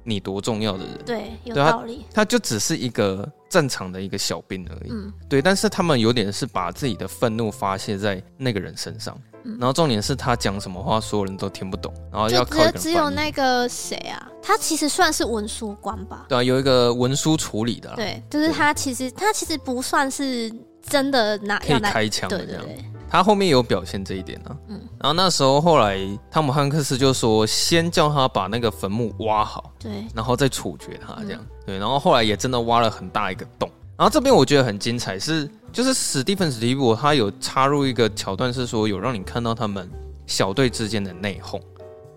Speaker 2: 你多重要的人，
Speaker 1: 对，有
Speaker 2: 对啊
Speaker 1: 道理。
Speaker 2: 他就只是一个战场的一个小兵而已。
Speaker 1: 嗯
Speaker 2: 对，但是他们有点是把自己的愤怒发泄在那个人身上，
Speaker 1: 嗯
Speaker 2: 然后重点是他讲什么话所有人都听不懂，然后
Speaker 1: 就
Speaker 2: 要
Speaker 1: 只
Speaker 2: 靠一
Speaker 1: 有
Speaker 2: 个人
Speaker 1: 只有
Speaker 2: 翻译
Speaker 1: 那个谁啊，他其实算是文书官吧？
Speaker 2: 对啊，有一个文书处理的啦，
Speaker 1: 对，就是他其实他其实不算是真的拿
Speaker 2: 可
Speaker 1: 要
Speaker 2: 以
Speaker 1: 拿，
Speaker 2: 开枪
Speaker 1: 对
Speaker 2: 的
Speaker 1: 对
Speaker 2: 这样。
Speaker 1: 对，
Speaker 2: 他后面有表现这一点啊。
Speaker 1: 嗯
Speaker 2: 然后那时候后来汤姆汉克斯就说，先叫他把那个坟墓挖好。
Speaker 1: 对
Speaker 2: 然后再处决他这样。对，然后后来也真的挖了很大一个洞。然后这边我觉得很精彩，是就是史蒂芬史蒂夫他有插入一个桥段，是说有让你看到他们小队之间的内讧，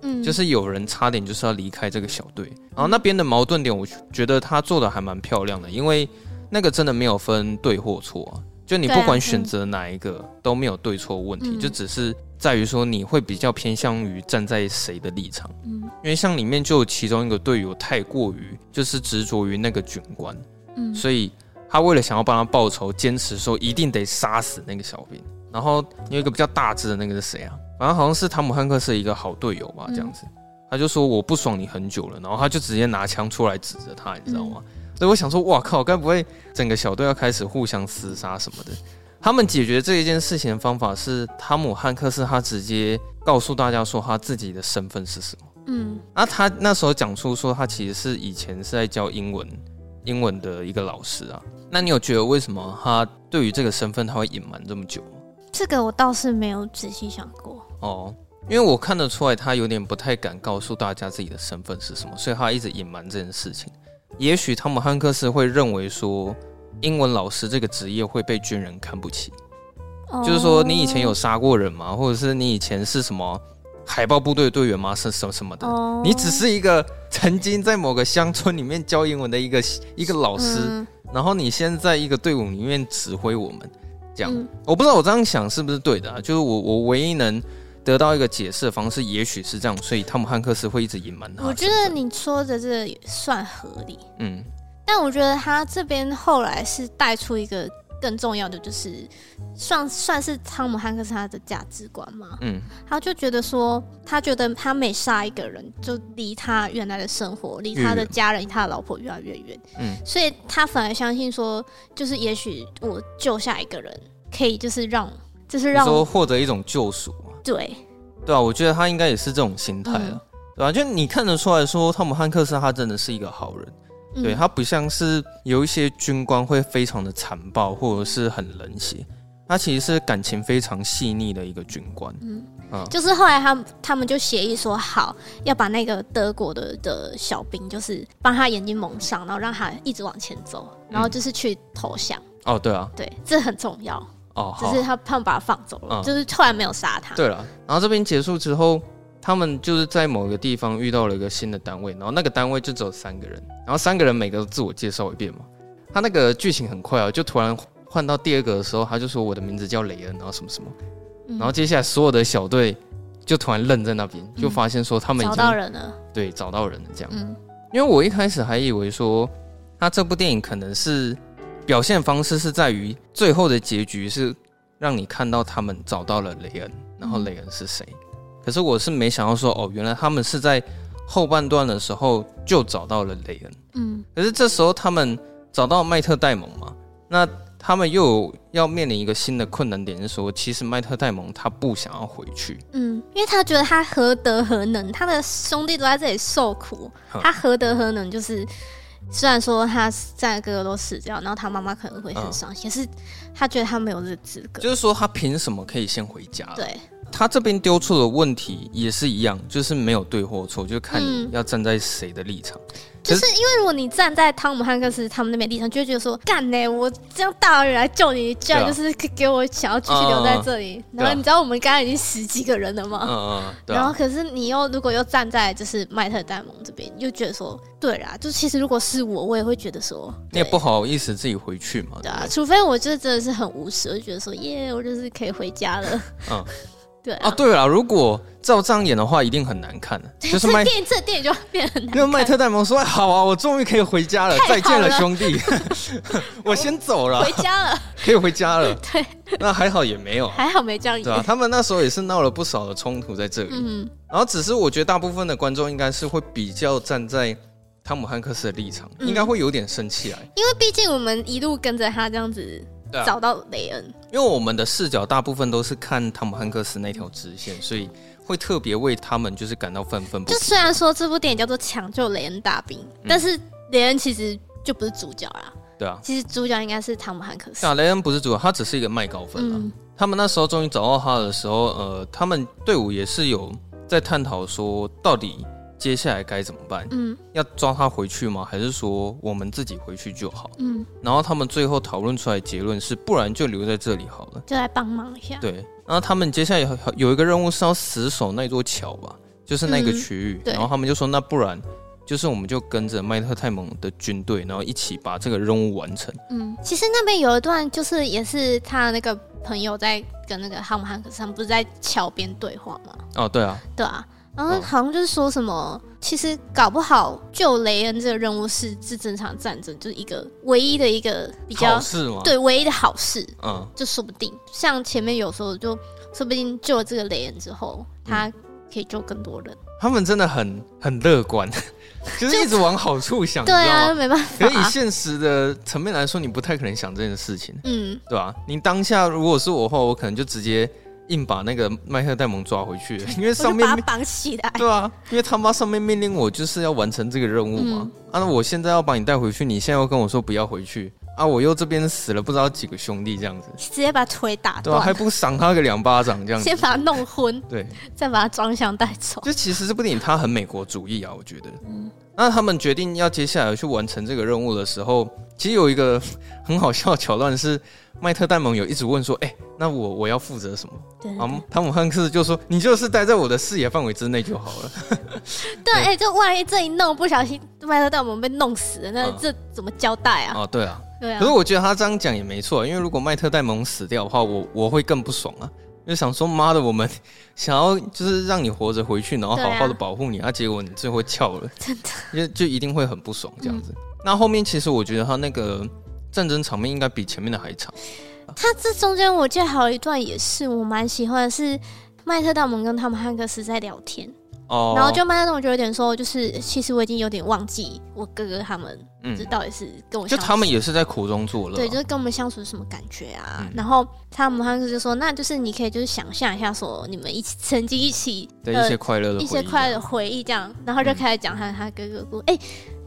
Speaker 1: 嗯，
Speaker 2: 就是有人差点就是要离开这个小队。然后那边的矛盾点，我觉得他做的还蛮漂亮的，因为那个真的没有分对或错啊。就你
Speaker 1: 对
Speaker 2: 不
Speaker 1: 啊
Speaker 2: 管
Speaker 1: 嗯
Speaker 2: 选择哪一个都没有对错问题，
Speaker 1: 嗯
Speaker 2: 就只是在于说你会比较偏向于站在谁的立场。
Speaker 1: 嗯
Speaker 2: 因为像里面就有其中一个队友太过于就是执着于那个军官，
Speaker 1: 嗯
Speaker 2: 所以他为了想要帮他报仇，坚持说一定得杀死那个小兵。然后有一个比较大只的那个是谁啊？反正好像是汤姆汉克斯的一个好队友吧，
Speaker 1: 嗯
Speaker 2: 这样子。他就说我不爽你很久了，然后他就直接拿枪出来指着他，你知道吗？所以我想说，哇靠，该不会整个小队要开始互相厮杀什么的？他们解决这一件事情的方法是，汤姆汉克斯他直接告诉大家说他自己的身份是什么。
Speaker 1: 嗯
Speaker 2: 啊，他那时候讲出说，他其实是以前是在教英文，英文的一个老师啊。那你有觉得为什么他对于这个身份他会隐瞒这么久吗？
Speaker 1: 这个我倒是没有仔细想过。
Speaker 2: 哦，因为我看得出来，他有点不太敢告诉大家自己的身份是什么，所以他一直隐瞒这件事情。也许汤姆汉克斯会认为说，英文老师这个职业会被军人看不起，
Speaker 1: 哦
Speaker 2: 就是说你以前有杀过人吗？或者是你以前是什么海豹部队的队员吗？是什么什么的？
Speaker 1: 哦，
Speaker 2: 你只是一个曾经在某个乡村里面教英文的一个一个老师，
Speaker 1: 嗯
Speaker 2: 然后你现在在一个队伍里面指挥我们，这样、
Speaker 1: 嗯
Speaker 2: 我不知道我这样想是不是对的啊？就是我我唯一能得到一个解释的方式，也许是这样，所以汤姆汉克斯会一直隐瞒他。
Speaker 1: 我觉得你说的这个也算合理，
Speaker 2: 嗯，
Speaker 1: 但我觉得他这边后来是带出一个更重要的，就是算算是汤姆汉克斯他的价值观嘛。
Speaker 2: 嗯，
Speaker 1: 他就觉得说，他觉得他每杀一个人，就离他原来的生活、离他
Speaker 2: 越
Speaker 1: 的
Speaker 2: 远
Speaker 1: 家人、他的老婆越来越远。
Speaker 2: 嗯，
Speaker 1: 所以他反而相信说，就是也许我救下一个人，可以就是让，就是
Speaker 2: 你
Speaker 1: 让
Speaker 2: 说
Speaker 1: 我
Speaker 2: 获得一种救赎啊，
Speaker 1: 对，
Speaker 2: 对啊，我觉得他应该也是这种心态
Speaker 1: 嗯
Speaker 2: 了。对啊吧、就你看得出来说，汤姆汉克斯他真的是一个好人，
Speaker 1: 嗯
Speaker 2: 对他不像是有一些军官会非常的残暴或者是很冷血，他其实是感情非常细腻的一个军官。
Speaker 1: 嗯
Speaker 2: 啊，
Speaker 1: 就是后来他们他们就协议说好要把那个德国的的小兵，就是帮他眼睛蒙上，然后让他一直往前走，然
Speaker 2: 嗯
Speaker 1: 后就是去投降。
Speaker 2: 哦，对啊，
Speaker 1: 对，这很重要。
Speaker 2: 哦
Speaker 1: 只
Speaker 2: 好
Speaker 1: 是。他他们把他放走了，
Speaker 2: 嗯
Speaker 1: 就是突然没有杀他。
Speaker 2: 对了，然后这边结束之后，他们就是在某个地方遇到了一个新的单位，然后那个单位就只有三个人，然后三个人每个都自我介绍一遍嘛。他那个剧情很快啊，就突然换到第二个的时候，他就说我的名字叫雷恩，然后什么什么，
Speaker 1: 嗯
Speaker 2: 然后接下来所有的小队就突然愣在那边，就发现说他们已
Speaker 1: 找
Speaker 2: 经
Speaker 1: 到人了，
Speaker 2: 对找到人了这样。
Speaker 1: 嗯
Speaker 2: 因为我一开始还以为说，他这部电影可能是呃表现方式是在于最后的结局是让你看到他们找到了雷恩，然后雷恩是谁。可是我是没想到说，哦，原来他们是在后半段的时候就找到了雷恩。
Speaker 1: 嗯
Speaker 2: 可是这时候他们找到麦特戴蒙嘛，那他们又有要面临一个新的困难点，是说其实麦特戴蒙他不想要回去，
Speaker 1: 嗯，因为他觉得他何德何能，他的兄弟都在这里受苦，
Speaker 2: 哼
Speaker 1: 他何德何能？就是虽然说他三个哥哥都死掉，然后他妈妈可能会很伤心，可是他觉得他没有这个资格。
Speaker 2: 嗯就是说他凭什么可以先回家？
Speaker 1: 对，
Speaker 2: 他这边丢出的问题也是一样，就是没有对或错，就看你
Speaker 1: 嗯
Speaker 2: 要站在谁的立场。
Speaker 1: 就是因为如果你站在汤姆汉克斯他们那边立场，就会觉得说干呢、我这样大人来救你，你居然
Speaker 2: 对啊
Speaker 1: 就是给我想要继续留在这里。
Speaker 2: 嗯
Speaker 1: 然后你知道我们刚刚已经十几个人了吗？
Speaker 2: 嗯嗯，对
Speaker 1: 然后
Speaker 2: 啊，
Speaker 1: 可是你又如果又站在就是麦特戴蒙这边，你就觉得说，对啦，就其实如果是我，我也会觉得说，
Speaker 2: 你也
Speaker 1: 对
Speaker 2: 不好意思自己回去嘛。
Speaker 1: 对
Speaker 2: 对不
Speaker 1: 啊，
Speaker 2: 对
Speaker 1: 除非我就是真的是很无耻，我就觉得说，耶，我就是可以回家了。
Speaker 2: 嗯，
Speaker 1: 对啊
Speaker 2: 哦，，对了，如果照这样演的话，一定很难看的，就是麦
Speaker 1: 这电影这电影就变 得很难
Speaker 2: 因为麦
Speaker 1: 看。
Speaker 2: 特戴蒙说：“好啊，我终于可以回家了，
Speaker 1: 太好
Speaker 2: 再见了，
Speaker 1: 了
Speaker 2: 兄弟， 我先走了
Speaker 1: 回，家了，
Speaker 2: 可以回家了。”
Speaker 1: 对，
Speaker 2: 那还好也没有啊，
Speaker 1: 还好没这样
Speaker 2: 对啊，
Speaker 1: 演。
Speaker 2: 他们那时候也是闹了不少的冲突在这里，
Speaker 1: 嗯，
Speaker 2: 然后只是我觉得大部分的观众应该是会比较站在汤姆汉克斯的立场，
Speaker 1: 嗯
Speaker 2: 应该会有点生气来。
Speaker 1: 因为毕竟我们一路跟着他这样子
Speaker 2: 对啊
Speaker 1: 找到雷恩，
Speaker 2: 因为我们的视角大部分都是看汤姆汉克斯那条直线，所以会特别为他们就是感到愤愤不
Speaker 1: 就
Speaker 2: 平。
Speaker 1: 虽然说这部电影叫做《抢救雷恩大兵》，
Speaker 2: 嗯
Speaker 1: 但是雷恩其实就不是主角啦，
Speaker 2: 对啊，
Speaker 1: 其实主角应该是汤姆汉克斯
Speaker 2: 对。啊，雷恩不是主角，他只是一个麦高芬啊。
Speaker 1: 嗯
Speaker 2: 他们那时候终于找到他的时候，呃，他们队伍也是有在探讨说，到底接下来该怎么办？
Speaker 1: 嗯
Speaker 2: 要抓他回去吗？还是说我们自己回去就好？
Speaker 1: 嗯，
Speaker 2: 然后他们最后讨论出来结论是，不然就留在这里好了。
Speaker 1: 就来帮忙一下。
Speaker 2: 对，然后他们接下来有有一个任务是要死守那座桥吧，就是那个
Speaker 1: 嗯
Speaker 2: 区域。
Speaker 1: 对
Speaker 2: 然后他们就说，那不然就是我们就跟着麦特泰蒙的军队，然后一起把这个任务完成。
Speaker 1: 嗯，其实那边有一段就是也是他那个朋友在跟那个汤姆汉克斯他们不是在桥边对话吗？
Speaker 2: 哦，对啊，
Speaker 1: 对啊，然后
Speaker 2: 嗯
Speaker 1: 好像就是说什么，其实搞不好救雷恩这个任务是是这场战争就是一个唯一的一个比较
Speaker 2: 好事嘛。，
Speaker 1: 对唯一的好事，
Speaker 2: 嗯，
Speaker 1: 就说不定像前面有说的，就说不定救了这个雷恩之后，他可以救更多人。
Speaker 2: 他们真的很很乐观， 就是一直往好处想，
Speaker 1: 对啊，
Speaker 2: 你
Speaker 1: 没
Speaker 2: 知道吗？
Speaker 1: 办
Speaker 2: 可是以
Speaker 1: 法。
Speaker 2: 现实的层面来说，你不太可能想这件事情，
Speaker 1: 嗯，
Speaker 2: 对吧、啊你当下如果是我的话，我可能就直接硬把那个麦克戴蒙抓回去，因为
Speaker 1: 我就
Speaker 2: 上面
Speaker 1: 把他绑起来。
Speaker 2: 对啊，因为他妈上面命令我就是要完成这个任务嘛。啊，那我现在要把你带回去，你现在又跟我说不要回去啊，我又这边死了不知道几个兄弟这样子，
Speaker 1: 直接把腿打
Speaker 2: 对啊，还
Speaker 1: 断，
Speaker 2: 不赏他个两巴掌这样子
Speaker 1: 先。把他弄昏，
Speaker 2: 对，
Speaker 1: 再把他装箱带走。
Speaker 2: 就其实这部电影它很美国主义啊，我觉得。
Speaker 1: 嗯
Speaker 2: 那他们决定要接下来去完成这个任务的时候，其实有一个很好笑的桥段是，麦特戴蒙有一直问说：“哎、那我我要负责什么
Speaker 1: 对？”
Speaker 2: 啊，汤姆汉克斯就说：“你就是待在我的视野范围之内就好了。”
Speaker 1: 对，哎、就万一这一弄不小心，麦特戴蒙被弄死了，那
Speaker 2: 嗯
Speaker 1: 这怎么交代 啊？
Speaker 2: 啊，对啊，
Speaker 1: 对啊
Speaker 2: 可是，我觉得他这样讲也没错，因为如果麦特戴蒙死掉的话，我我会更不爽啊，就想说妈的，我们想要就是让你活着回去，然后
Speaker 1: 对啊
Speaker 2: 好好的保护你，啊，结果你最后翘了，
Speaker 1: 真的，
Speaker 2: 就就一定会很不爽这样
Speaker 1: 嗯
Speaker 2: 子。那后面其实我觉得他那个战争场面应该比前面的还长，
Speaker 1: 他这中间我记得还有一段也是我蛮喜欢的是。麦特戴蒙跟他们汉克斯在聊天，
Speaker 2: 哦，
Speaker 1: 然后就麦特戴蒙就有点说，就是其实我已经有点忘记我哥哥他们，这
Speaker 2: 嗯，
Speaker 1: 到底是跟我
Speaker 2: 就
Speaker 1: 相
Speaker 2: 他们
Speaker 1: 处
Speaker 2: 也是在苦中作乐啊，
Speaker 1: 对，就是跟我们相处是什么感觉啊？
Speaker 2: 嗯
Speaker 1: 然后他们汉克斯就说，那就是你可以就是想象一下，说你们一起曾经一起
Speaker 2: 对
Speaker 1: 呃
Speaker 2: 一些快乐的
Speaker 1: 一
Speaker 2: 回
Speaker 1: 些
Speaker 2: 忆啊
Speaker 1: 快乐的回忆，这样，然后就开始讲他他哥哥故事。哎、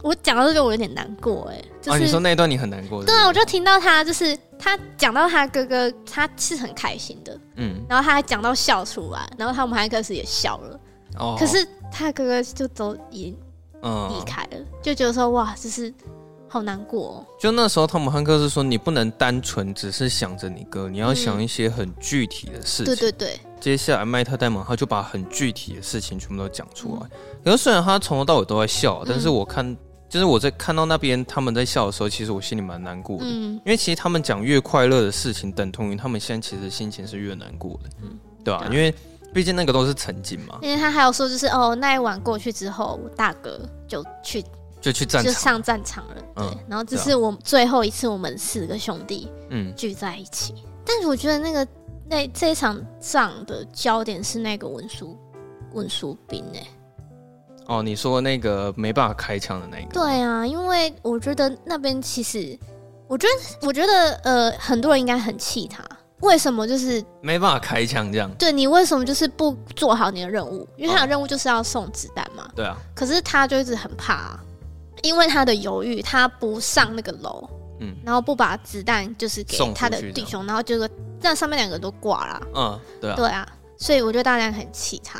Speaker 1: 我讲到这个我有点难过、哎，就
Speaker 2: 啊，你
Speaker 1: 是、
Speaker 2: 说那一段你很难过，
Speaker 1: 对啊，我就听到他就是他讲到他哥哥，他是很开心的，
Speaker 2: 嗯，
Speaker 1: 啊然后他还讲到笑出来，然后他们还开始也笑了，
Speaker 2: 哦，
Speaker 1: 可是他哥哥就都已经离
Speaker 2: 嗯，
Speaker 1: 开了，就觉得说哇，就是好难过、哦，
Speaker 2: 就那时候，汤姆汉克斯说：“你不能单纯只是想着你哥，你要
Speaker 1: 嗯
Speaker 2: 想一些很具体的事情。
Speaker 1: 对对对，
Speaker 2: 接下来麦特戴蒙他就把
Speaker 1: 嗯
Speaker 2: 很具体的事情全部都讲出来。可是虽然他从头到尾都在笑，但是我看就是我在看到那边他们在笑的时候，其实我心里蛮难过的，
Speaker 1: 嗯，
Speaker 2: 因为其实他们讲越快乐的事情，等同于他们现在其实心情是越难过的，
Speaker 1: 嗯
Speaker 2: 对吧、
Speaker 1: 对啊
Speaker 2: 因为毕竟那个都是曾经嘛，
Speaker 1: 因为他还有说，就是哦，那一晚过去之后，我大哥就去
Speaker 2: 就去战
Speaker 1: 嗯就
Speaker 2: 场，
Speaker 1: 上战场了。对，
Speaker 2: 嗯
Speaker 1: 然后这
Speaker 2: 对啊
Speaker 1: 是我最后一次我们四个兄弟
Speaker 2: 嗯，
Speaker 1: 聚在一起。但是我觉得那个那这一场仗的焦点是那个文书文书兵哎、
Speaker 2: 哦，你说那个没办法开枪的那个，
Speaker 1: 对啊，因为我觉得那边其实，我觉得我觉得呃，很多人应该很气他。为什么就是
Speaker 2: 没办法开枪这样，
Speaker 1: 对你为什么就是不做好你的任务？因为
Speaker 2: 嗯
Speaker 1: 他的任务就是要送子弹嘛。
Speaker 2: 对啊，
Speaker 1: 可是他就一直很怕、啊，因为他的犹豫，他不上那个楼，
Speaker 2: 嗯
Speaker 1: 然后不把子弹就是给
Speaker 2: 送出去
Speaker 1: 他的弟兄，然后结果那上面两个都挂了啊。
Speaker 2: 嗯，对啊，
Speaker 1: 对啊，所以我觉得大家很气他。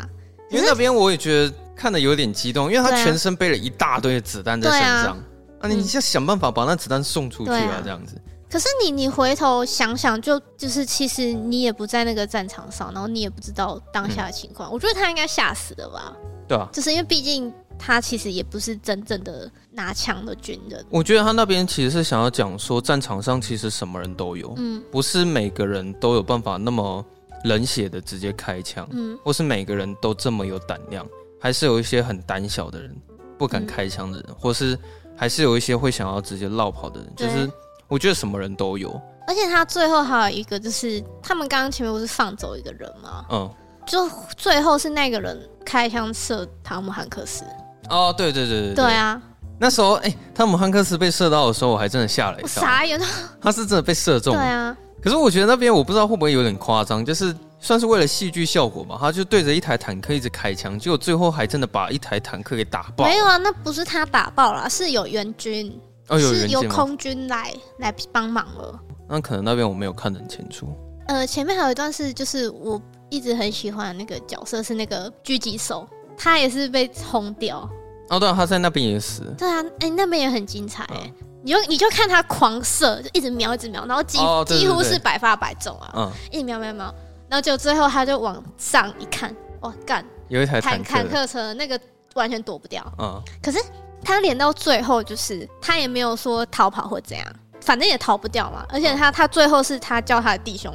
Speaker 2: 因为那边我也觉得看的有点激动，因为他
Speaker 1: 对啊
Speaker 2: 全身背了一大堆的子弹在身上，啊，你
Speaker 1: 嗯
Speaker 2: 你要想办法把那子弹送出去
Speaker 1: 对
Speaker 2: 啊
Speaker 1: 啊，
Speaker 2: 这样子，
Speaker 1: 可是你你回头想想就，就是其实你也不在那个战场上，然后你也不知道当下的情况。我觉得他应该吓死了吧，
Speaker 2: 嗯对啊，
Speaker 1: 就是因为毕竟他其实也不是真正的拿枪的军人。
Speaker 2: 我觉得他那边其实是想要讲说，战场上其实什么人都有，
Speaker 1: 嗯
Speaker 2: 不是每个人都有办法那么冷血的直接开枪，
Speaker 1: 嗯，
Speaker 2: 或是每个人都这么有胆量，还是有一些很胆小的人，不敢
Speaker 1: 嗯
Speaker 2: 开枪的人，或是还是有一些会想要直接绕跑的人，就
Speaker 1: 对
Speaker 2: 是我觉得什么人都有，
Speaker 1: 而且他最后还有一个就是，他们刚刚前面不是放走一个人吗？
Speaker 2: 嗯，
Speaker 1: 就最后是那个人开枪射汤姆汉克斯。
Speaker 2: 哦，对对对对
Speaker 1: 对，啊，
Speaker 2: 那时候哎、汤姆汉克斯被射到的时候，我还真的吓了一
Speaker 1: 我
Speaker 2: 跳，
Speaker 1: 傻眼。
Speaker 2: 他是真的被射中
Speaker 1: 对
Speaker 2: 了，
Speaker 1: 啊，
Speaker 2: 可是我觉得那边我不知道会不会有点夸张，就是算是为了戏剧效果嘛，他就对着一台坦克一直开枪，结果最后还真的把一台坦克给打爆。
Speaker 1: 没有啊，那不是他打爆了，是有援军，
Speaker 2: 哦，有
Speaker 1: 是
Speaker 2: 人
Speaker 1: 有
Speaker 2: 进吗？
Speaker 1: 空军来来帮忙了。
Speaker 2: 那可能那边我没有看得很清楚。
Speaker 1: 呃，前面还有一段是，就是我一直很喜欢的那个角色是那个狙击手，他也是被轰掉。
Speaker 2: 哦，对、啊，他在那边也死。
Speaker 1: 对啊，哎、那边也很精彩、欸。
Speaker 2: 嗯
Speaker 1: 你就你就看他狂射，就一直瞄，一直瞄，然后几、
Speaker 2: 哦对对
Speaker 1: 几乎
Speaker 2: 对
Speaker 1: 是百发百中啊，
Speaker 2: 嗯，
Speaker 1: 一瞄瞄瞄，然后就最后他就往上一看，哇干，
Speaker 2: 有一台
Speaker 1: 坦
Speaker 2: 坦
Speaker 1: 坦
Speaker 2: 克。
Speaker 1: 克车那个完全躲不掉。
Speaker 2: 嗯，
Speaker 1: 可是他连到最后，就是他也没有说逃跑或怎样，反正也逃不掉嘛。而
Speaker 2: 嗯
Speaker 1: 且他、他最后是他叫他的弟兄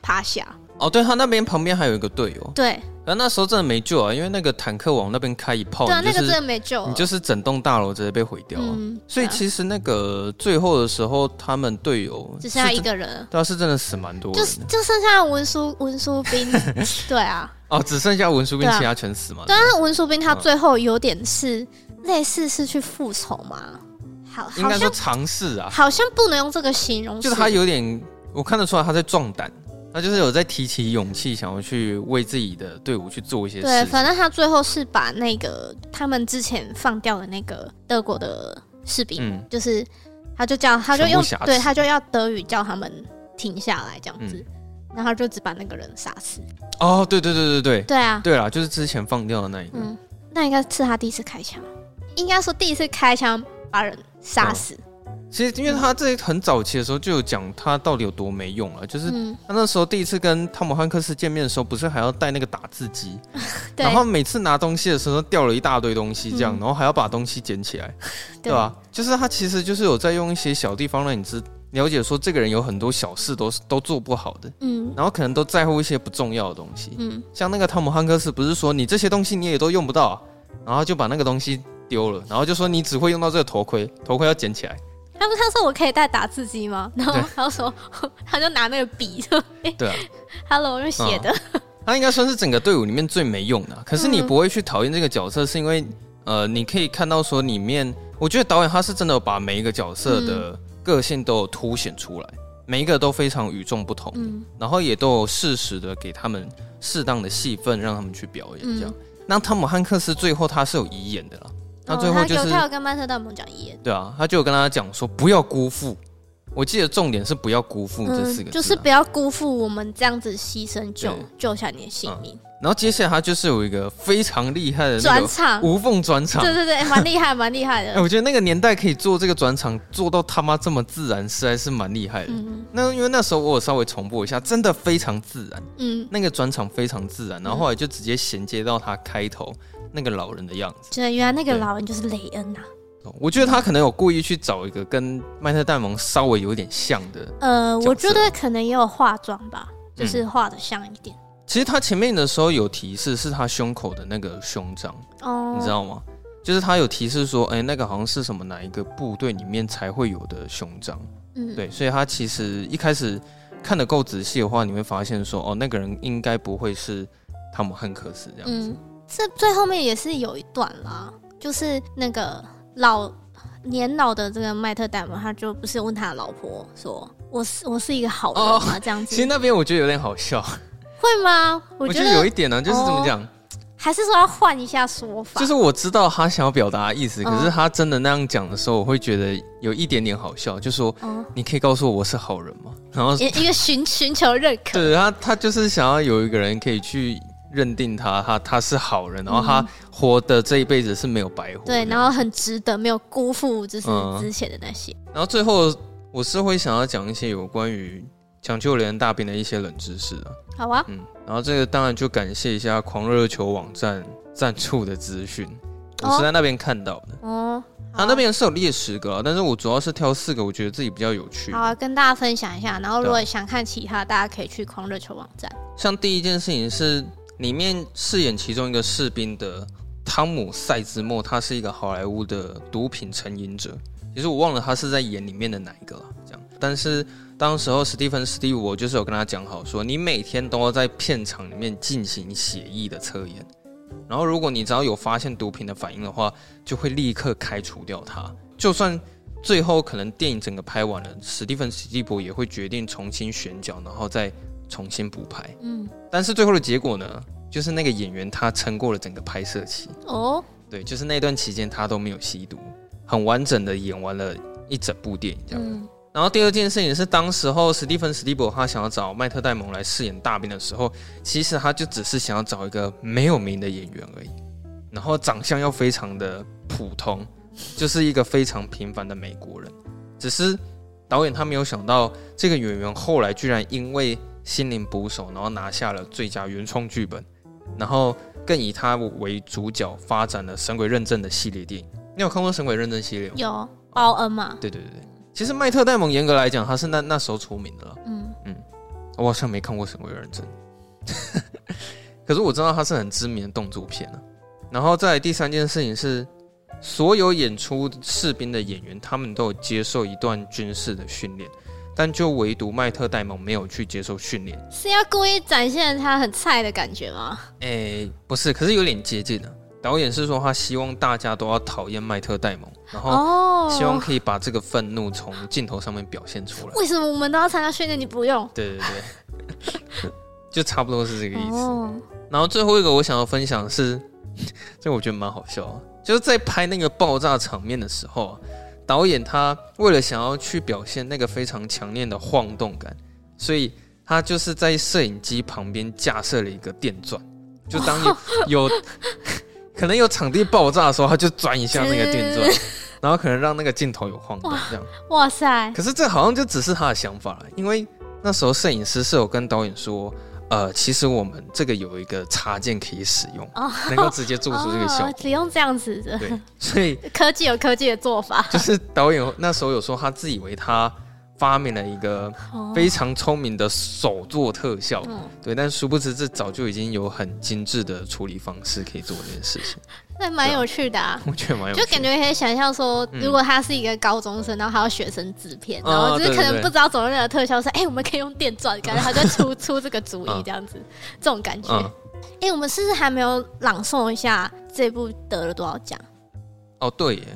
Speaker 1: 趴下，
Speaker 2: 哦，对他那边旁边还有一个队友，
Speaker 1: 对
Speaker 2: 可那时候真的没救啊，因为那个坦克往那边开一炮，
Speaker 1: 对啊，
Speaker 2: 哦你
Speaker 1: 那
Speaker 2: 就
Speaker 1: 个
Speaker 2: 是
Speaker 1: 真的没救了。
Speaker 2: 你就是整栋大楼直接被毁掉啊。
Speaker 1: 嗯，
Speaker 2: 所以
Speaker 1: 对啊
Speaker 2: 其实那个最后的时候，他们队友
Speaker 1: 只剩下
Speaker 2: 是
Speaker 1: 一
Speaker 2: 真，
Speaker 1: 个人，
Speaker 2: 对啊，是真的死蛮多人
Speaker 1: 就
Speaker 2: 的。
Speaker 1: 是就剩下文书文书 兵，对啊，
Speaker 2: 哦，只剩下文书兵，
Speaker 1: 对啊
Speaker 2: 其他全死嘛。
Speaker 1: 但是文书兵
Speaker 2: 嗯
Speaker 1: 他最后有点是、类似是去复仇嘛，好
Speaker 2: 应
Speaker 1: 好
Speaker 2: 该说
Speaker 1: 像
Speaker 2: 尝试啊，
Speaker 1: 好像不能用这个形容词，
Speaker 2: 就是他有点，我看得出来啊他在壮胆，他就是有在提起勇气，想要去为自己的队伍去做一些
Speaker 1: 对，
Speaker 2: 事情。
Speaker 1: 反正他最后是把那个他们之前放掉的那个德国的士兵，
Speaker 2: 嗯
Speaker 1: 就是他就叫他就用
Speaker 2: 全部挟持
Speaker 1: 对他就要德语叫他们停下来这样子，
Speaker 2: 嗯
Speaker 1: 然后他就只把那个人杀死。
Speaker 2: 哦，对对对对对
Speaker 1: 对啊，
Speaker 2: 对啦，就是之前放掉的那一个，
Speaker 1: 嗯，那应该是他第一次开枪，应该说第一次开枪把人杀死。
Speaker 2: 哦其实因为他这很早期的时候就有讲他到底有多没用了，就是
Speaker 1: 嗯，
Speaker 2: 他那时候第一次跟汤姆汉克斯见面的时候，不是还要带那个打字机，
Speaker 1: 对
Speaker 2: 然后每次拿东西的时候掉了一大堆东西，这样，
Speaker 1: 嗯
Speaker 2: 然后还要把东西捡起来。
Speaker 1: 对
Speaker 2: 对吧、就是他其实就是有在用一些小地方让你知了解说这个人有很多小事都是都做不好的，
Speaker 1: 嗯
Speaker 2: 然后可能都在乎一些不重要的东西。
Speaker 1: 嗯，
Speaker 2: 像那个汤姆汉克斯不是说你这些东西你也都用不到啊、然后就把那个东西丢了，然后就说你只会用到这个头盔，头盔要捡起来。
Speaker 1: 他不是他说我可以带打字机吗？然后
Speaker 2: 对
Speaker 1: 他就说 他就拿那个笔
Speaker 2: 对啊，
Speaker 1: ，Hello 就写的，
Speaker 2: 他应该算是整个队伍里面最没用的啊、可是你
Speaker 1: 嗯
Speaker 2: 不会去讨厌这个角色，是因为呃，你可以看到说里面，我觉得导演他是真的有把每一个角色
Speaker 1: 嗯
Speaker 2: 的个性都有凸显出来，每一个都非常与众不同。
Speaker 1: 嗯
Speaker 2: 然后也都有适时的给他们适当的戏份，让他们去表演
Speaker 1: 嗯
Speaker 2: 这样。那汤姆汉克斯最后他是有遗言的啦， 那最后
Speaker 1: 哦
Speaker 2: 就
Speaker 1: 他
Speaker 2: 是
Speaker 1: 有他有跟曼特戴蒙讲一眼，
Speaker 2: 对啊，他就有跟他讲说不要辜负。我记得重点是不要辜负这四个字、
Speaker 1: 嗯
Speaker 2: 啊
Speaker 1: 就是不要辜负我们这样子牺牲救
Speaker 2: 对
Speaker 1: 救下你的性命，
Speaker 2: 然后接下来他就是有一个非常厉害的嗯那
Speaker 1: 转
Speaker 2: 个
Speaker 1: 场，
Speaker 2: 无缝转场。
Speaker 1: 对对对，蛮厉害，蛮厉害
Speaker 2: 哎、
Speaker 1: 的，
Speaker 2: 我觉得那个年代可以做这个转场，做到他妈这么自然，实在是蛮厉害的。
Speaker 1: 嗯
Speaker 2: 那因为那时候我有稍微重播一下，真的非常自然。
Speaker 1: 嗯，
Speaker 2: 那个转场非常自然，然后后来就直接衔接到他开头那个老人的样子。
Speaker 1: 对，原来那个
Speaker 2: 对
Speaker 1: 老人就是雷恩呐，啊
Speaker 2: 我觉得他可能有故意去找一个跟麦特戴蒙稍微有点像的。
Speaker 1: 呃，
Speaker 2: 角色嗯
Speaker 1: 我觉得可能也有化妆吧，就是化的像一点。
Speaker 2: 其实他前面的时候有提示，是他胸口的那个胸章，
Speaker 1: 哦，
Speaker 2: 你知道吗？就是他有提示说，哎、那个好像是什么哪一个部队里面才会有的胸章。
Speaker 1: 嗯，
Speaker 2: 对，所以他其实一开始看得够仔细的话，你会发现说，哦，那个人应该不会是汤姆汉克斯这样子。
Speaker 1: 嗯，这最后面也是有一段啦，就是那个老年老的这个麦特戴蒙，他就不是问他老婆说：“我是我是一个好人吗？”这样
Speaker 2: 哦其实
Speaker 1: 子
Speaker 2: 那边我觉得有点好笑，
Speaker 1: 会吗？我
Speaker 2: 我
Speaker 1: 觉
Speaker 2: 有
Speaker 1: 得哦
Speaker 2: 一点呢、就是怎么讲，
Speaker 1: 还是说要换一下说法，
Speaker 2: 就是我知道他想要表达的意思，可是
Speaker 1: 嗯
Speaker 2: 他真的那样讲的时候，我会觉得有一点点好笑，就说
Speaker 1: 嗯，
Speaker 2: 你可以告诉我我是好人吗？然后
Speaker 1: 一一个寻寻求认可，
Speaker 2: 对他，他就是想要有一个人可以去认定他，他他是好人，然后他
Speaker 1: 嗯
Speaker 2: 活的这一辈子是没有白活。
Speaker 1: 对，
Speaker 2: 这样
Speaker 1: 然后很值得，没有辜负就是
Speaker 2: 嗯
Speaker 1: 之前的那些，
Speaker 2: 然后最后我是会想要讲一些有关于抢救连大兵的一些冷知识啊，
Speaker 1: 好啊，
Speaker 2: 嗯，然后这个当然就感谢一下狂热球网站赞助的资讯，我
Speaker 1: 哦
Speaker 2: 是在那边看到的。
Speaker 1: 哦，好
Speaker 2: 他那边是有列十个啊，但是我主要是挑四个，我觉得自己比较有趣
Speaker 1: 好。啊，跟大家分享一下，然后如
Speaker 2: 对啊
Speaker 1: 果想看其他，大家可以去狂热球网站，
Speaker 2: 像第一件事情是，里面饰演其中一个士兵的汤姆·塞兹莫，他是一个好莱坞的毒品成瘾者。其实我忘了他是在演里面的哪一个了，这样。但是当时候史蒂芬·史蒂我就是有跟他讲好说，你每天都要在片场里面进行血液的测验，然后如果你只要有发现毒品的反应的话，就会立刻开除掉它。就算最后可能电影整个拍完了，史蒂芬·史蒂博也会决定重新选角，然后再重新补拍。
Speaker 1: 嗯，
Speaker 2: 但是最后的结果呢，就是那个演员他撑过了整个拍摄期，
Speaker 1: 哦，
Speaker 2: 对，就是那段期间他都没有吸毒，很完整的演完了一整部电影这样。
Speaker 1: 嗯，
Speaker 2: 然后第二件事情是，当时候史蒂芬史蒂博他想要找麦特戴蒙来饰演大兵的时候，其实他就只是想要找一个没有名的演员而已，然后长相要非常的普通，就是一个非常平凡的美国人。只是导演他没有想到，这个演员后来居然因为心灵捕手，然后拿下了最佳原创剧本，然后更以他为主角发展了《神鬼认证》的系列电影。你有看过《神鬼认证》系列吗？
Speaker 1: 有报恩嘛，
Speaker 2: 对对对对，其实麦特戴蒙严格来讲，他是那那时候出名的了。
Speaker 1: 嗯，
Speaker 2: 我好像没看过《神鬼认真》， 可是我知道他是很知名的动作片啊。然后再来第三件事情是，所有演出士兵的演员，他们都有接受一段军事的训练，但就唯独麦特戴蒙没有去接受训练。
Speaker 1: 是要故意展现他很菜的感觉吗？
Speaker 2: 诶，不是，可是有点接近啊。导演是说他希望大家都要讨厌麦特戴蒙，然后
Speaker 1: 哦，
Speaker 2: 希望可以把这个愤怒从镜头上面表现出来。
Speaker 1: 为什么我们都要参加训练，你不用？
Speaker 2: 对对对， 就差不多是这个意思。
Speaker 1: 哦，
Speaker 2: 然后最后一个我想要分享的是， 这个我觉得蛮好笑啊，就是在拍那个爆炸场面的时候啊，导演他为了想要去表现那个非常强烈的晃动感，所以他就是在摄影机旁边架设了一个电钻，就当有有 可能有场地爆炸的时候，他就转一下那个电钻，然后可能让那个镜头有晃动这样。
Speaker 1: 哇塞，
Speaker 2: 可是这好像就只是他的想法了，因为那时候摄影师是有跟导演说，呃，其实我们这个有一个插件可以使用，
Speaker 1: 哦
Speaker 2: 能够直接做出这个
Speaker 1: 哦
Speaker 2: 效果。
Speaker 1: 只用这样子的，
Speaker 2: 对，所以
Speaker 1: 科技有科技的做法，
Speaker 2: 就是导演那时候有说，他自以为他发明了一个
Speaker 1: 哦
Speaker 2: 非常聪明的手做特效，
Speaker 1: 嗯，
Speaker 2: 对，但殊不知这早就已经有很精致的处理方式可以做这件事情，
Speaker 1: 那蛮有趣的啊。
Speaker 2: 我觉得蛮有趣
Speaker 1: 就
Speaker 2: 的。
Speaker 1: 感觉可以想象说，
Speaker 2: 嗯
Speaker 1: 如果他是一个高中生，然后他要学生制片，
Speaker 2: 哦
Speaker 1: 然后就是可
Speaker 2: 对对
Speaker 1: 能
Speaker 2: 对
Speaker 1: 不知道怎么样的特效是，哎，我们可以用电钻，感觉他 就出出这个主
Speaker 2: 啊
Speaker 1: 意这样子，这种感觉。
Speaker 2: 嗯，
Speaker 1: 哎，我们是不是还没有朗诵一下这部得了多少奖？
Speaker 2: 哦对耶，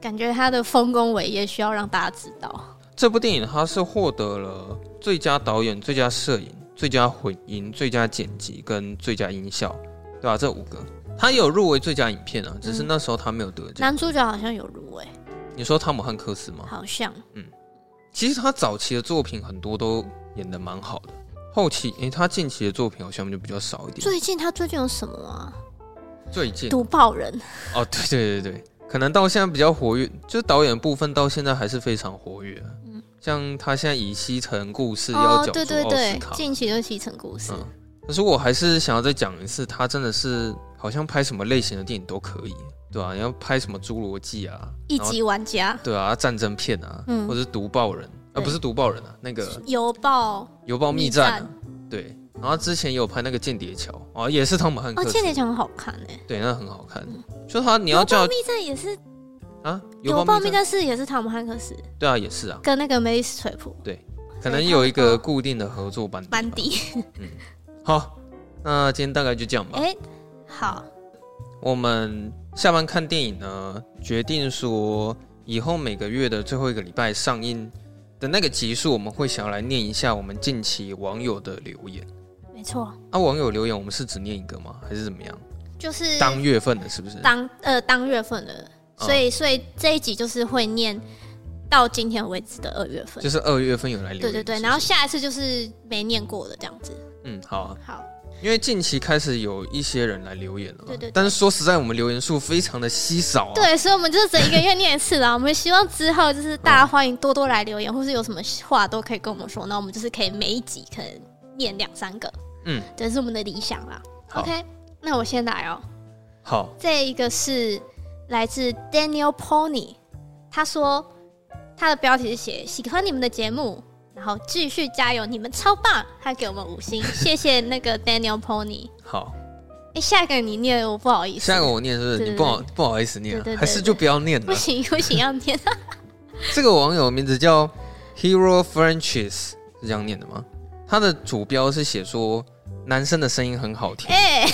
Speaker 1: 感觉他的丰功伟业需要让大家知道。
Speaker 2: 这部电影它是获得了最佳导演、最佳摄影、最佳混音、最佳剪辑跟最佳音效，对吧、这五个，它也有入围最佳影片啊，
Speaker 1: 嗯
Speaker 2: 只是那时候他没有得奖。
Speaker 1: 男主角好像有入围，
Speaker 2: 你说汤姆汉克斯吗？
Speaker 1: 好像
Speaker 2: 其实他早期的作品很多都演得蛮好的，后期诶，他近期的作品好像就比较少一点。
Speaker 1: 最近他最近有什么啊？
Speaker 2: 最近
Speaker 1: 读报人，
Speaker 2: 哦，对对对对，可能到现在比较活跃，就是导演的部分到现在还是非常活跃啊。像他现在以《西城故事》要
Speaker 1: 嗯哦，
Speaker 2: 角
Speaker 1: 对
Speaker 2: 逐
Speaker 1: 对
Speaker 2: 奥斯
Speaker 1: 对
Speaker 2: 卡，，
Speaker 1: 近期就是《西城故事》
Speaker 2: 嗯可可是我还是想要再讲一次，他真的是好像拍什么类型的电影都可以，对啊，你要拍什么《侏罗纪》啊，
Speaker 1: 一
Speaker 2: 然后
Speaker 1: 级玩家、
Speaker 2: 对啊，战争片啊，
Speaker 1: 嗯
Speaker 2: 或者是读报人，啊，
Speaker 1: 对
Speaker 2: 不是读报人啊，那个
Speaker 1: 邮报、
Speaker 2: 邮报密
Speaker 1: 密
Speaker 2: 战、啊，对。然后之前也有拍那个《间谍桥》啊，也是汤姆汉克
Speaker 1: 哦，
Speaker 2: 斯，
Speaker 1: 《间谍桥》很好看诶、
Speaker 2: 对，那很好看。就他你要叫
Speaker 1: 密战也是
Speaker 2: 啊，
Speaker 1: 邮报密
Speaker 2: 战，
Speaker 1: 战是也是汤姆汉克斯
Speaker 2: 对啊，也是啊，
Speaker 1: 跟那个梅丽史翠普
Speaker 2: 可能有一个固定的合作班底吧
Speaker 1: 班。底。
Speaker 2: 好，那今天大概就这样吧。
Speaker 1: 哎、好，
Speaker 2: 我们下班看电影呢，决定说以后每个月的最后一个礼拜上映的那个集数，我们会想要来念一下我们近期网友的留言。
Speaker 1: 没错，
Speaker 2: 啊，网友留言我们是只念一个吗？还是怎么样？
Speaker 1: 就是
Speaker 2: 当月份哦的，是不是？
Speaker 1: 当呃当月份的，所以、所以这一集就是会念到今天为止的二月份
Speaker 2: 就。是二月份有来留言。
Speaker 1: 对对对，
Speaker 2: 是不是
Speaker 1: 然后下一次就是没念过的这样子。
Speaker 2: 嗯，好、啊，
Speaker 1: 好，
Speaker 2: 因为近期开始有一些人来留言了嘛，
Speaker 1: 对对对
Speaker 2: 但是说实在，我们留言数非常的稀少啊。
Speaker 1: 对，所以我们就是整一个月念一次啦。我们希望之后就是大家欢迎多多来留言，或是有什么话都可以跟我们说，那我们就是可以每一集可能念两三个，
Speaker 2: 嗯，
Speaker 1: 这是我们的理想啦。
Speaker 2: 好
Speaker 1: OK，那我先来哦、
Speaker 2: 好，
Speaker 1: 这一个是来自 Daniel Pony，他说他的标题是写“喜欢你们的节目”，然后继续加油，你们超棒！他给我们五星，谢谢那个 Daniel Pony。
Speaker 2: 好，
Speaker 1: 哎、下一个你念，我不好意思，
Speaker 2: 下一个我念是不是？
Speaker 1: 对对
Speaker 2: 你不好不好意思念、啊，
Speaker 1: 对对对
Speaker 2: 还是就不要 念
Speaker 1: 不
Speaker 2: 了。
Speaker 1: 行不行，要念。
Speaker 2: 这个网友名字叫 Hero Francis，是这样念的吗？他的主标是写说男生的声音很好听。
Speaker 1: 哎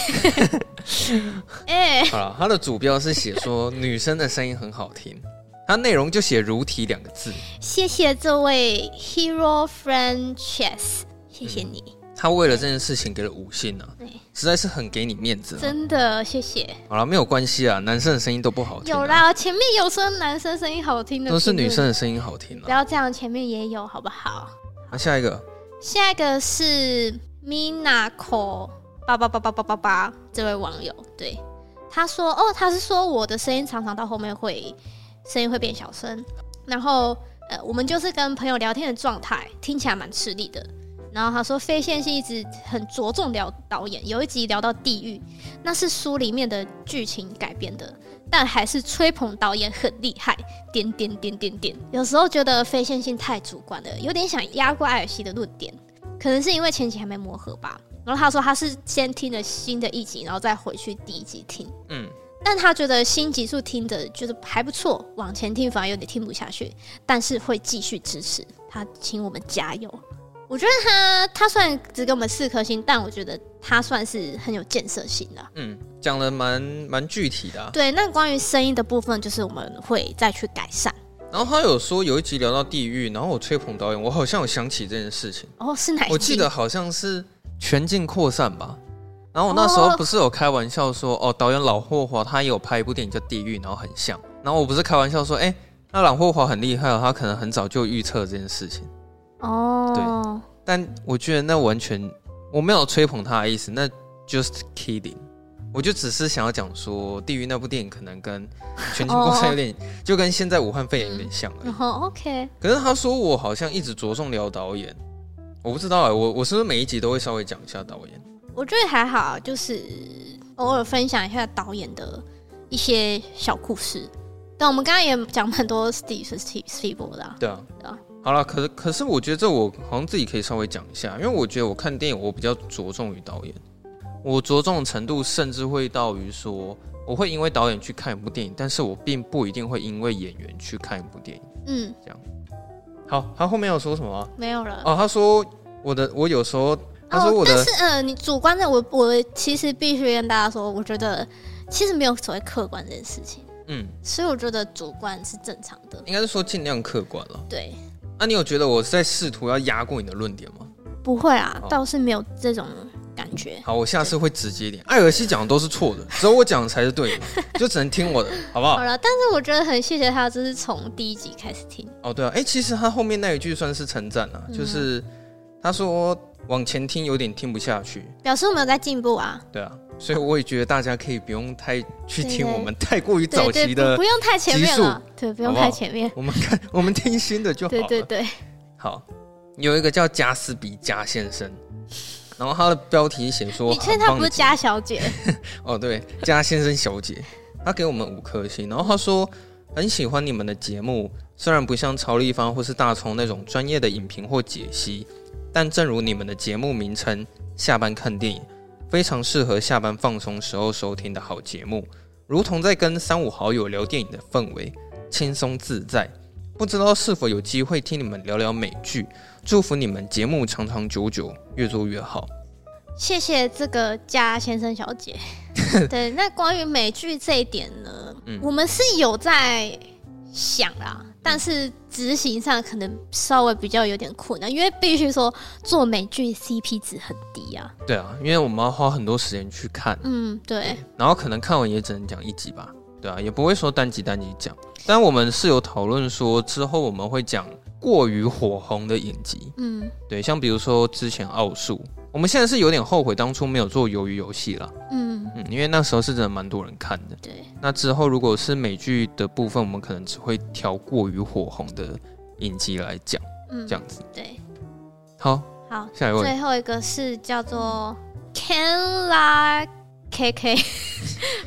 Speaker 1: 哎、
Speaker 2: 好了，他的主标是写 说女生的声音很好听，他内容就写“如题”两个字。
Speaker 1: 谢谢这位 Hero Frances，谢谢你，
Speaker 2: 他为了这件事情给了五星啊
Speaker 1: 对，
Speaker 2: 实在是很给你面子、啊。
Speaker 1: 哎真的谢谢。
Speaker 2: 好了，没有关系啊，男生的声音都不好听、啊
Speaker 1: 有，啦，前面有说男生声音好听的，
Speaker 2: 都是女，生的声音好听
Speaker 1: 不
Speaker 2: 啊。
Speaker 1: 要这样，前面也有好不好？
Speaker 2: 那、下一个，
Speaker 1: 下一个是 Minako 八八八八八八八这位网友，对他说：“哦，他是说我的声音常常到后面会声音会变小声，然后呃，我们就是跟朋友聊天的状态听起来蛮吃力的。”然后他说，非线性一直很着重聊导演，有一集聊到地狱，那是书里面的剧情改编的，但还是吹捧导演很厉害，点点点点点。有时候觉得非线性太主观了，有点想压过艾尔西的论点，可能是因为前期还没磨合吧。然后他说他是先听了新的一集，然后再回去第一集听，
Speaker 2: 嗯，
Speaker 1: 但他觉得新集数听着就是还不错，往前听反而有点听不下去，但是会继续支持他，请我们加油。我觉得他他虽然只给我们四颗星，但我觉得他算是很有建设性的。
Speaker 2: 嗯，讲的蛮蛮具体的、啊。
Speaker 1: 对，那关于声音的部分，就是我们会再去改善。
Speaker 2: 然后他有说有一集聊到地狱，然后我吹捧导演，我好像有想起这件事情，
Speaker 1: 哦，是哪一集？
Speaker 2: 我记得好像是《全境扩散》吧。然后我那时候
Speaker 1: 哦
Speaker 2: 不是有开玩笑说，哦，导演老霍华他也有拍一部电影叫《地狱》，然后很像。然后我不是开玩笑说，哎，那老霍华很厉害哦，他可能很早就预测这件事情。
Speaker 1: 哦，
Speaker 2: 但我觉得那完全我没有吹捧他的意思，那 just kidding。我就只是想要讲说，《地狱》那部电影可能跟《全境扩散》有点，就跟现在武汉肺炎有点像而已
Speaker 1: 然。后哦 OK，
Speaker 2: 可是他说我好像一直着重聊导演，我不知道哎、我我是不是每一集都会稍微讲一下导演？
Speaker 1: 我觉得还好，就是偶尔分享一下导演的一些小故事。但我们刚刚也讲很多 Steve Steve Steve 伯的啊、
Speaker 2: 对啊，
Speaker 1: 对啊
Speaker 2: 好了，可是可是我觉得这我好像自己可以稍微讲一下，因为我觉得我看电影我比较着重于导演，我着重的程度甚至会到于说我会因为导演去看一部电影，但是我并不一定会因为演员去看一部电影。
Speaker 1: 嗯，
Speaker 2: 好，他后面有说什么啊、
Speaker 1: 没有了。
Speaker 2: 哦，他说我的我有时候他说我的、
Speaker 1: 嗯哦但是呃，你主观的，我我其实必须跟大家说，我觉得其实没有所谓客观这件事情，
Speaker 2: 嗯，
Speaker 1: 所以我觉得主观是正常的。
Speaker 2: 应该是说尽量客观了。
Speaker 1: 对，
Speaker 2: 那、你有觉得我在试图要压过你的论点吗？
Speaker 1: 不会啊
Speaker 2: 好，
Speaker 1: 倒是没有这种感觉。
Speaker 2: 好，我下次会直接一点。艾尔西讲的都是错的，只有我讲的才是对的，就只能听我的，好不
Speaker 1: 好
Speaker 2: 好？
Speaker 1: 了，但是我觉得很谢谢他，就是从第一集开始听。
Speaker 2: 哦，对啊，哎，其实他后面那一句算是称赞啊，
Speaker 1: 嗯
Speaker 2: 就是他说往前听有点听不下去，
Speaker 1: 表示我们有在进步啊。
Speaker 2: 对啊，所以我也觉得大家可以不用太去听
Speaker 1: 对对
Speaker 2: 我们太过于早
Speaker 1: 对对，
Speaker 2: 期的，
Speaker 1: 不不用太前面了，对，不用
Speaker 2: 好不好
Speaker 1: 太前面。
Speaker 2: 我们看我们听新的就好
Speaker 1: 对
Speaker 2: 了。
Speaker 1: 对对，
Speaker 2: 好，有一个叫加斯比加先生，然后它的标题写说，
Speaker 1: 你确定
Speaker 2: 很
Speaker 1: 她
Speaker 2: 棒
Speaker 1: 不是
Speaker 2: 的
Speaker 1: 家小姐？
Speaker 2: 哦，对，加先生小姐， 他给我们五颗星，然后他说很喜欢你们的节目，虽然不像曹立方或是大葱那种专业的影评或解析，但正如你们的节目名称“下班看电影”，非常适合下班放松时候收听的好节目，如同在跟三五好友聊电影的氛围，轻松自在。不知道是否有机会听你们聊聊美剧，祝福你们节目长长久久，越做越好。
Speaker 1: 谢谢这个家先生小 姐。对，那关于美剧这一点呢，
Speaker 2: 嗯
Speaker 1: 我们是有在想啦，但是执行上可能稍微比较有点困难，因为必须说做美剧 CP 值很低啊。
Speaker 2: 对啊，因为我们要花很多时间去看。
Speaker 1: 嗯，对，
Speaker 2: 然后可能看完也只能讲一集吧，对啊，也不会说单集单集讲。但我们是有讨论说，之后我们会讲过于火红的影集，
Speaker 1: 嗯
Speaker 2: 对，像比如说之前奥数，我们现在是有点后悔当初没有做鱿鱼游戏啦，
Speaker 1: 嗯，
Speaker 2: 嗯，因为那时候是真的蛮多人看的。
Speaker 1: 对，
Speaker 2: 那之后如果是美剧的部分，我们可能只会挑过于火红的影集来讲，
Speaker 1: 嗯，
Speaker 2: 这样子。
Speaker 1: 对。
Speaker 2: 好，
Speaker 1: 好，
Speaker 2: 下一位，
Speaker 1: 最后一个是叫做 Can La KK，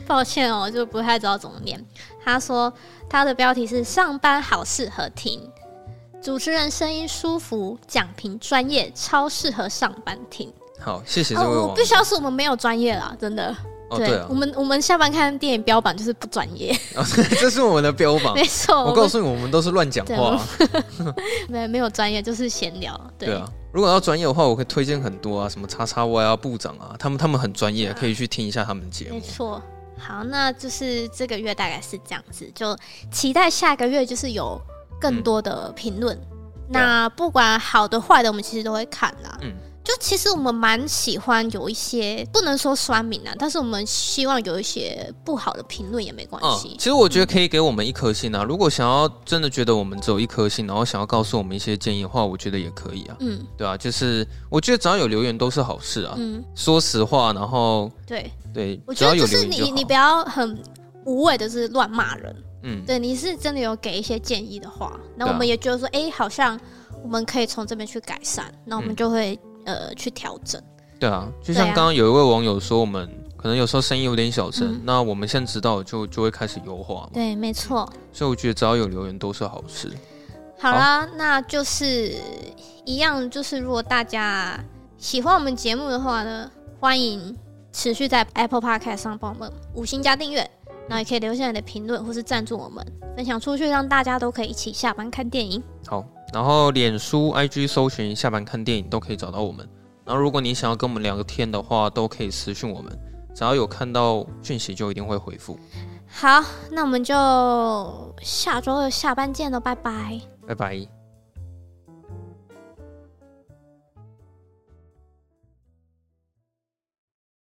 Speaker 1: 抱歉哦，就不太知道怎么念。他说他的标题是“上班好适合听”，主持人声音舒服，讲评专业，超适合上班听。
Speaker 2: 好，谢谢这
Speaker 1: 哦，
Speaker 2: 位
Speaker 1: 我
Speaker 2: 网
Speaker 1: 必
Speaker 2: 友。
Speaker 1: 须要说我们没有专业啦，真的。
Speaker 2: 哦，对啊哦
Speaker 1: 我，们我们下班看电影标榜就是不专业，
Speaker 2: 这是我们的标 榜。
Speaker 1: 没错，
Speaker 2: 哦我告诉你，我们都是乱讲
Speaker 1: 对
Speaker 2: 话啊。
Speaker 1: 你，没没有专业就是闲聊，对
Speaker 2: 对啊，如果要专业的话，我可以推荐很多啊，什么叉叉 Y 啊、部长啊，他们他们很专
Speaker 1: 嗯
Speaker 2: 业，可以去听一下他们的节
Speaker 1: 没
Speaker 2: 目。
Speaker 1: 错。好，那就是这个月大概是这样子，就期待下个月就是有
Speaker 2: 嗯
Speaker 1: 更多的评论。那不管好的坏的，我们其实都会看啦。
Speaker 2: 啊嗯
Speaker 1: 就其实我们蛮喜欢有一些不能说酸民啊，但是我们希望有一些不好的评论也没关
Speaker 2: 嗯，
Speaker 1: 系
Speaker 2: 其。实我觉得可以给我们一颗星啊。如果想要真的觉得我们只有一颗星，然后想要告诉我们一些建议的话，我觉得也可以啊。
Speaker 1: 嗯
Speaker 2: 对啊，就是我觉得只要有留言都是好事啊。
Speaker 1: 嗯，
Speaker 2: 说实话，然后
Speaker 1: 对，
Speaker 2: 对，
Speaker 1: 我
Speaker 2: 只
Speaker 1: 觉
Speaker 2: 要
Speaker 1: 得
Speaker 2: 有
Speaker 1: 就
Speaker 2: 留
Speaker 1: 是
Speaker 2: 言
Speaker 1: 你
Speaker 2: 就
Speaker 1: 你不
Speaker 2: 好。
Speaker 1: 要很无谓的就是乱骂人，
Speaker 2: 嗯，
Speaker 1: 对，你是真的有给一些建议的话，那
Speaker 2: 对啊
Speaker 1: 我们也觉得说，哎、好像我们可以从这边去改善，那我们
Speaker 2: 嗯
Speaker 1: 就会、呃去调整。
Speaker 2: 对啊，就像
Speaker 1: 对啊
Speaker 2: 刚刚有一位网友说，我们可能有时候声音有点小声
Speaker 1: 嗯，
Speaker 2: 那我们现在知道就就会开始优化嘛。
Speaker 1: 对，没错。
Speaker 2: 所以我觉得只要有留言都是好事。
Speaker 1: 好啦，那就是一样，就是如果大家喜欢我们节目的话呢，欢迎持续在 Apple Podcast 上帮我们五星加订阅，然后也可以留下你的评论或是赞助我们，分享出去，让大家都可以一起下班看电影。
Speaker 2: 好，然后脸书、IG 搜寻“下班看电影”都可以找到我们。然后如果你想要跟我们聊天的话，都可以私讯我们，只要有看到讯息就一定会回复。
Speaker 1: 好，那我们就下周二下班见喽，拜拜。
Speaker 2: 拜拜。